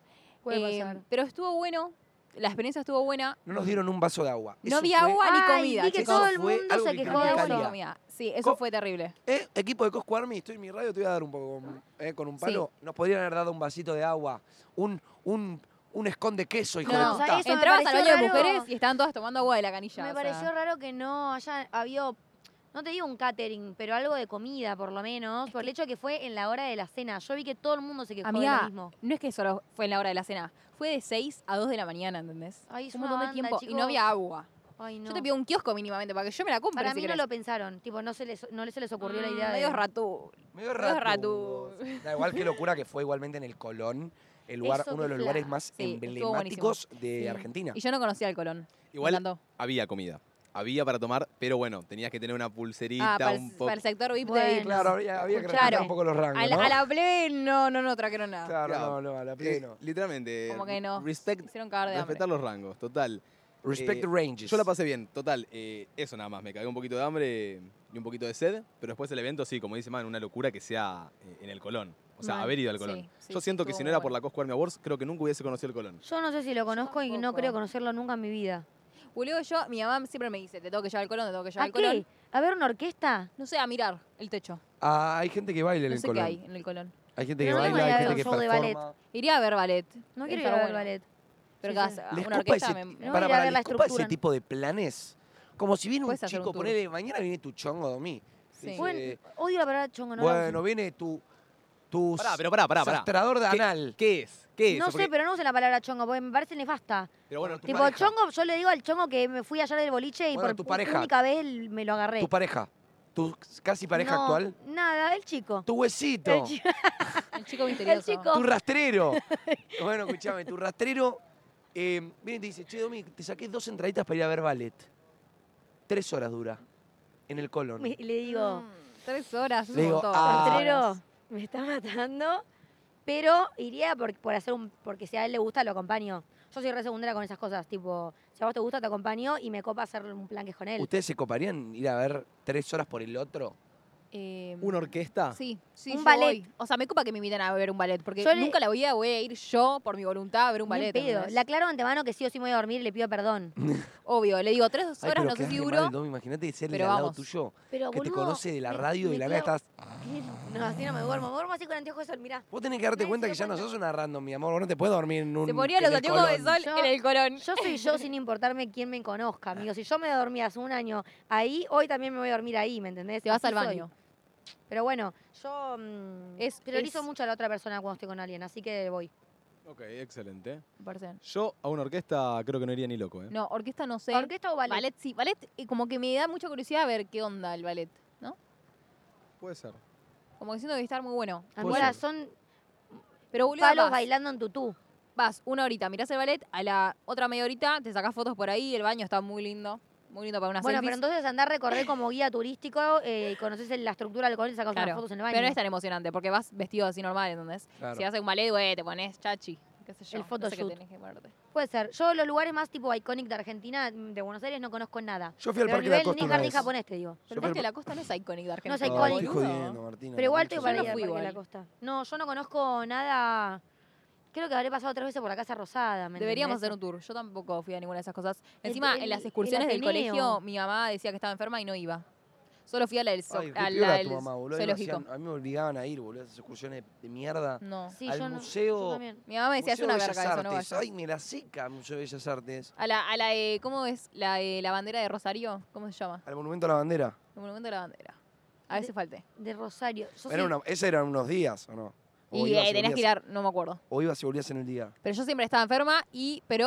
Puede
Eh,
pasar.
Pero estuvo bueno, la experiencia estuvo buena.
No nos dieron un vaso de agua.
No
Eso
había
fue-
agua ni
Ay,
comida.
vi que
chicos.
todo el
Fue
mundo
algo
se
que
quejó
No
de
había
cambió
agua
mi
ni
eso.
calidad.
comida. Sí, eso
Co-
fue terrible.
Eh, equipo de Cosquarmi, estoy en mi radio, te voy a dar un poco con, eh, con un
Sí.
palo. Nos podrían haber dado un vasito de agua, un, un, un esconde queso, hijo de
No,
puta.
Eso me
Entrabas al
pareció
baño
raro.
de mujeres y estaban todas tomando agua de la canilla.
Me
o sea.
pareció raro que no haya habido, no te digo un catering, pero algo de comida por lo menos, por el hecho de que fue en la hora de la cena. Yo vi que todo el mundo se quejó de
Amiga,
lo mismo.
Ah, No es que solo fue en la hora de la cena, fue de 6 a 2 de la mañana, ¿entendés?
Ay, es
un
una
montón de
banda,
tiempo y
chicos.
no había agua.
Ay, no.
Yo te pido un kiosco mínimamente para que yo me la compre.
Para
si
mí no
querés.
lo pensaron, tipo, no se les, no se les ocurrió la
Mm,
idea
medio
de...
ratú.
Medio
Medio
ratudos. Da igual qué locura que fue igualmente en el Colón, el lugar,
Eso
uno de
que
los lugares
fla-
más
Sí, estuvo buenísimo.
emblemáticos de
Sí.
Argentina.
Y yo no conocía el Colón.
Igual
Me encantó.
había comida. Había para tomar, pero bueno, tenías que tener una pulserita,
Ah, para,
un
el,
poco.
para el sector VIP
Bueno,
de
claro, había, había que
Escucharon.
respetar un poco los rangos,
a,
¿no?
la, a la plebe no, no, no trajeron nada.
Claro,
Claro.
no, no, a la
Eh,
pleno.
literalmente.
Como que no.
Respect,
Hicieron cagar de hambre.
respetar los rangos, total.
Respect
eh,
the ranges.
Yo la pasé bien, total. eh, eso nada más, me cagué un poquito de hambre y un poquito de sed, pero después el evento, sí, como dice Man, una locura que sea eh, en el Colón. O sea,
Mal.
haber ido al
Sí,
Colón.
sí,
Yo
sí,
siento que
estuvo
si no
muy
era por
bueno.
la Cosco Army Awards, creo que nunca hubiese conocido el Colón.
Yo no sé si lo conozco y no
tampoco.
creo conocerlo nunca en mi vida.
Boludo, yo, mi mamá siempre me dice, te tengo que llevar al Colón, te tengo que llevar
¿A
al Colón.
qué? ¿A ver una orquesta?
No sé, a mirar el techo.
Ah, hay gente que baila en
No
el
sé
Colón.
qué hay
hay.
en el Colón.
gente que
Pero no
baila,
voy a
hay
ver
gente
un
que
show de
performa.
Iría a ver ballet.
No
Debe
quiero ir
estar
a ver
bueno.
ballet.
Pero
Sí,
que
sí.
hace-
¿Les
una
copa
orquesta
ese,
me-
No,
para,
ir a
para,
ver la
¿les copa ese
estructura.
tipo de planes? Como si viene un
Puedes hacer un
chico,
tour.
ponele, mañana viene tu chongo, Domi.
Sí.
Dice,
Buen- Odio la palabra chongo, no la
bueno,
uso.
viene tu, tu
Pará, pero pará, pará, pará.
sastrador de anal.
¿Qué es? ¿Qué es?
No
Porque-
sé, pero no usen la palabra chongo, porque me parece nefasta.
pero bueno,
Tu
Tipo,
pareja.
chongo, yo le digo al chongo que me fui ayer del boliche y
Bueno,
por
tu
pu-
pareja.
única vez me lo agarré.
Tu pareja, tu casi pareja
No,
actual.
Nada, el chico.
Tu huesito,
El chico.
El
*laughs*
chico misterioso.
chico.
tu rastrero.
*laughs*
bueno, escúchame, tu rastrero eh, viene y te dice, che, Domi, te saqué dos entraditas para ir a ver ballet. Tres horas dura, en el colon.
Me- le digo,
Mm, Tres horas, es
Le
un
digo,
montón.
ah.
Postrero, me está matando, pero iría por, por hacer un. porque si a él le gusta, lo acompaño. Yo soy re segundera con esas cosas, tipo, si a vos te gusta, te acompaño y me copa hacer un plan que es con él.
¿Ustedes se coparían ir a ver tres horas por el otro?
Eh,
¿Una
Ah.
orquesta?
Sí, sí,
Un
yo
ballet.
voy. O sea, me copa que me inviten a ver un ballet, porque
Yo le-
nunca la voy a, voy a ir yo por mi voluntad a ver un
Ni en
ballet.
pedo.
¿eh?
¿entendés?
Le aclaro de antemano que sí o sí me voy a dormir y le pido perdón.
Obvio, le digo tres horas,
Ay, pero
no sé
quedás
si
re
duro.
mal, Domi, imagínate ser el
pero
al lado
vamos.
tuyo.
Pero,
que te
boludo,
conoce de la
me-
radio y
me
de la nada
*laughs* quedo-
estás.
No, así no me duermo. Me duermo así con anteojos de sol, mirá.
Vos tenés que darte
Nadie
cuenta
se
que
da
ya no
cuenta.
sos una random, mi amor. Vos no te puedes dormir en un.
Se ponía
en
los
el
anteojos de
Colón.
sol
Yo-
en el colón.
Yo soy yo sin importarme quién me conozca, amigo. Si yo me dormí hace un año ahí, hoy también me voy a dormir ahí, ¿me entendés?
Te vas
Así
al
soy.
baño.
Pero bueno, yo mm,
Es-
priorizo
es-
mucho a la otra persona cuando estoy con alguien, así que voy.
Ok, excelente.
me parece.
Yo a una orquesta creo que no iría ni loco, ¿eh?
*laughs* No, orquesta no sé.
¿Orquesta o ballet?
Ballet sí, ballet eh, como que me da mucha curiosidad ver qué onda el ballet, ¿no?
Puede ser.
Como que siento que estar muy bueno.
Amiga, son
Pero boludo,
palos
vas.
bailando en tutú.
Vas una horita, mirás el ballet, a la otra media horita te sacás fotos por ahí, el baño está muy lindo. Muy lindo para una
Bueno, pero entonces andar recorrer como guía turístico, eh, conoces la estructura del colegio y sacas unas
Claro,
fotos en el baño.
Pero no es tan emocionante porque vas vestido así normal, ¿entendés?
Claro.
Si haces un ballet, güey, te pones chachi. Qué sé yo.
El
no sé qué
photoshoot.
tenés que ponerte.
Puede ser. Yo los lugares más tipo icónicos de Argentina, de Buenos Aires, no conozco nada.
Yo fui al Parque
Pero el
de la
nivel
Costa
ni
una
jardín
vez.
japonés te digo.
Yo
Pero
fui
el
al
que la costa no es icónico de Argentina.
es
Ay,
icónico.
estoy
boludo.
jodiendo, Martina,
Pero igual estoy
concha
para
no
de
ir al
fui
Parque de la
igual.
Costa. No, yo no conozco nada. Creo que habré pasado tres veces por la Casa Rosada. ¿me
Deberíamos
entendés?
hacer un tour. Yo tampoco fui a ninguna de esas cosas.
El-
Encima,
el-
en las
el
excursiones del
Ateneo.
colegio, mi mamá decía que estaba enferma y no iba. Solo fui a la del, zoo-
Ay, qué
a
piola
la del
tu mamá, boludo. A mí me
zoológico.
hacían- a mí me obligaban a ir, boludo, a esas excursiones de mierda.
No.
Sí,
al
yo no- yo
museo-
también.
Mi mamá me decía, es
Museo
una
de
verga
Bellas
eso, no
Artes.
vayas".
Ay, me la seca Museo de Bellas Artes.
A la, a la de, ¿cómo es? La de la bandera de Rosario. ¿Cómo se llama?
Al Monumento a la Bandera.
El monumento de la bandera. A veces
De-
falté.
De Rosario. Yo
Era
sí-
una- esos eran unos días, ¿o no? O
Y
ibas
eh,
y
tenés que
volvías-
ir, a- no me acuerdo.
O ibas y volvías en el día.
Pero yo siempre estaba enferma y, pero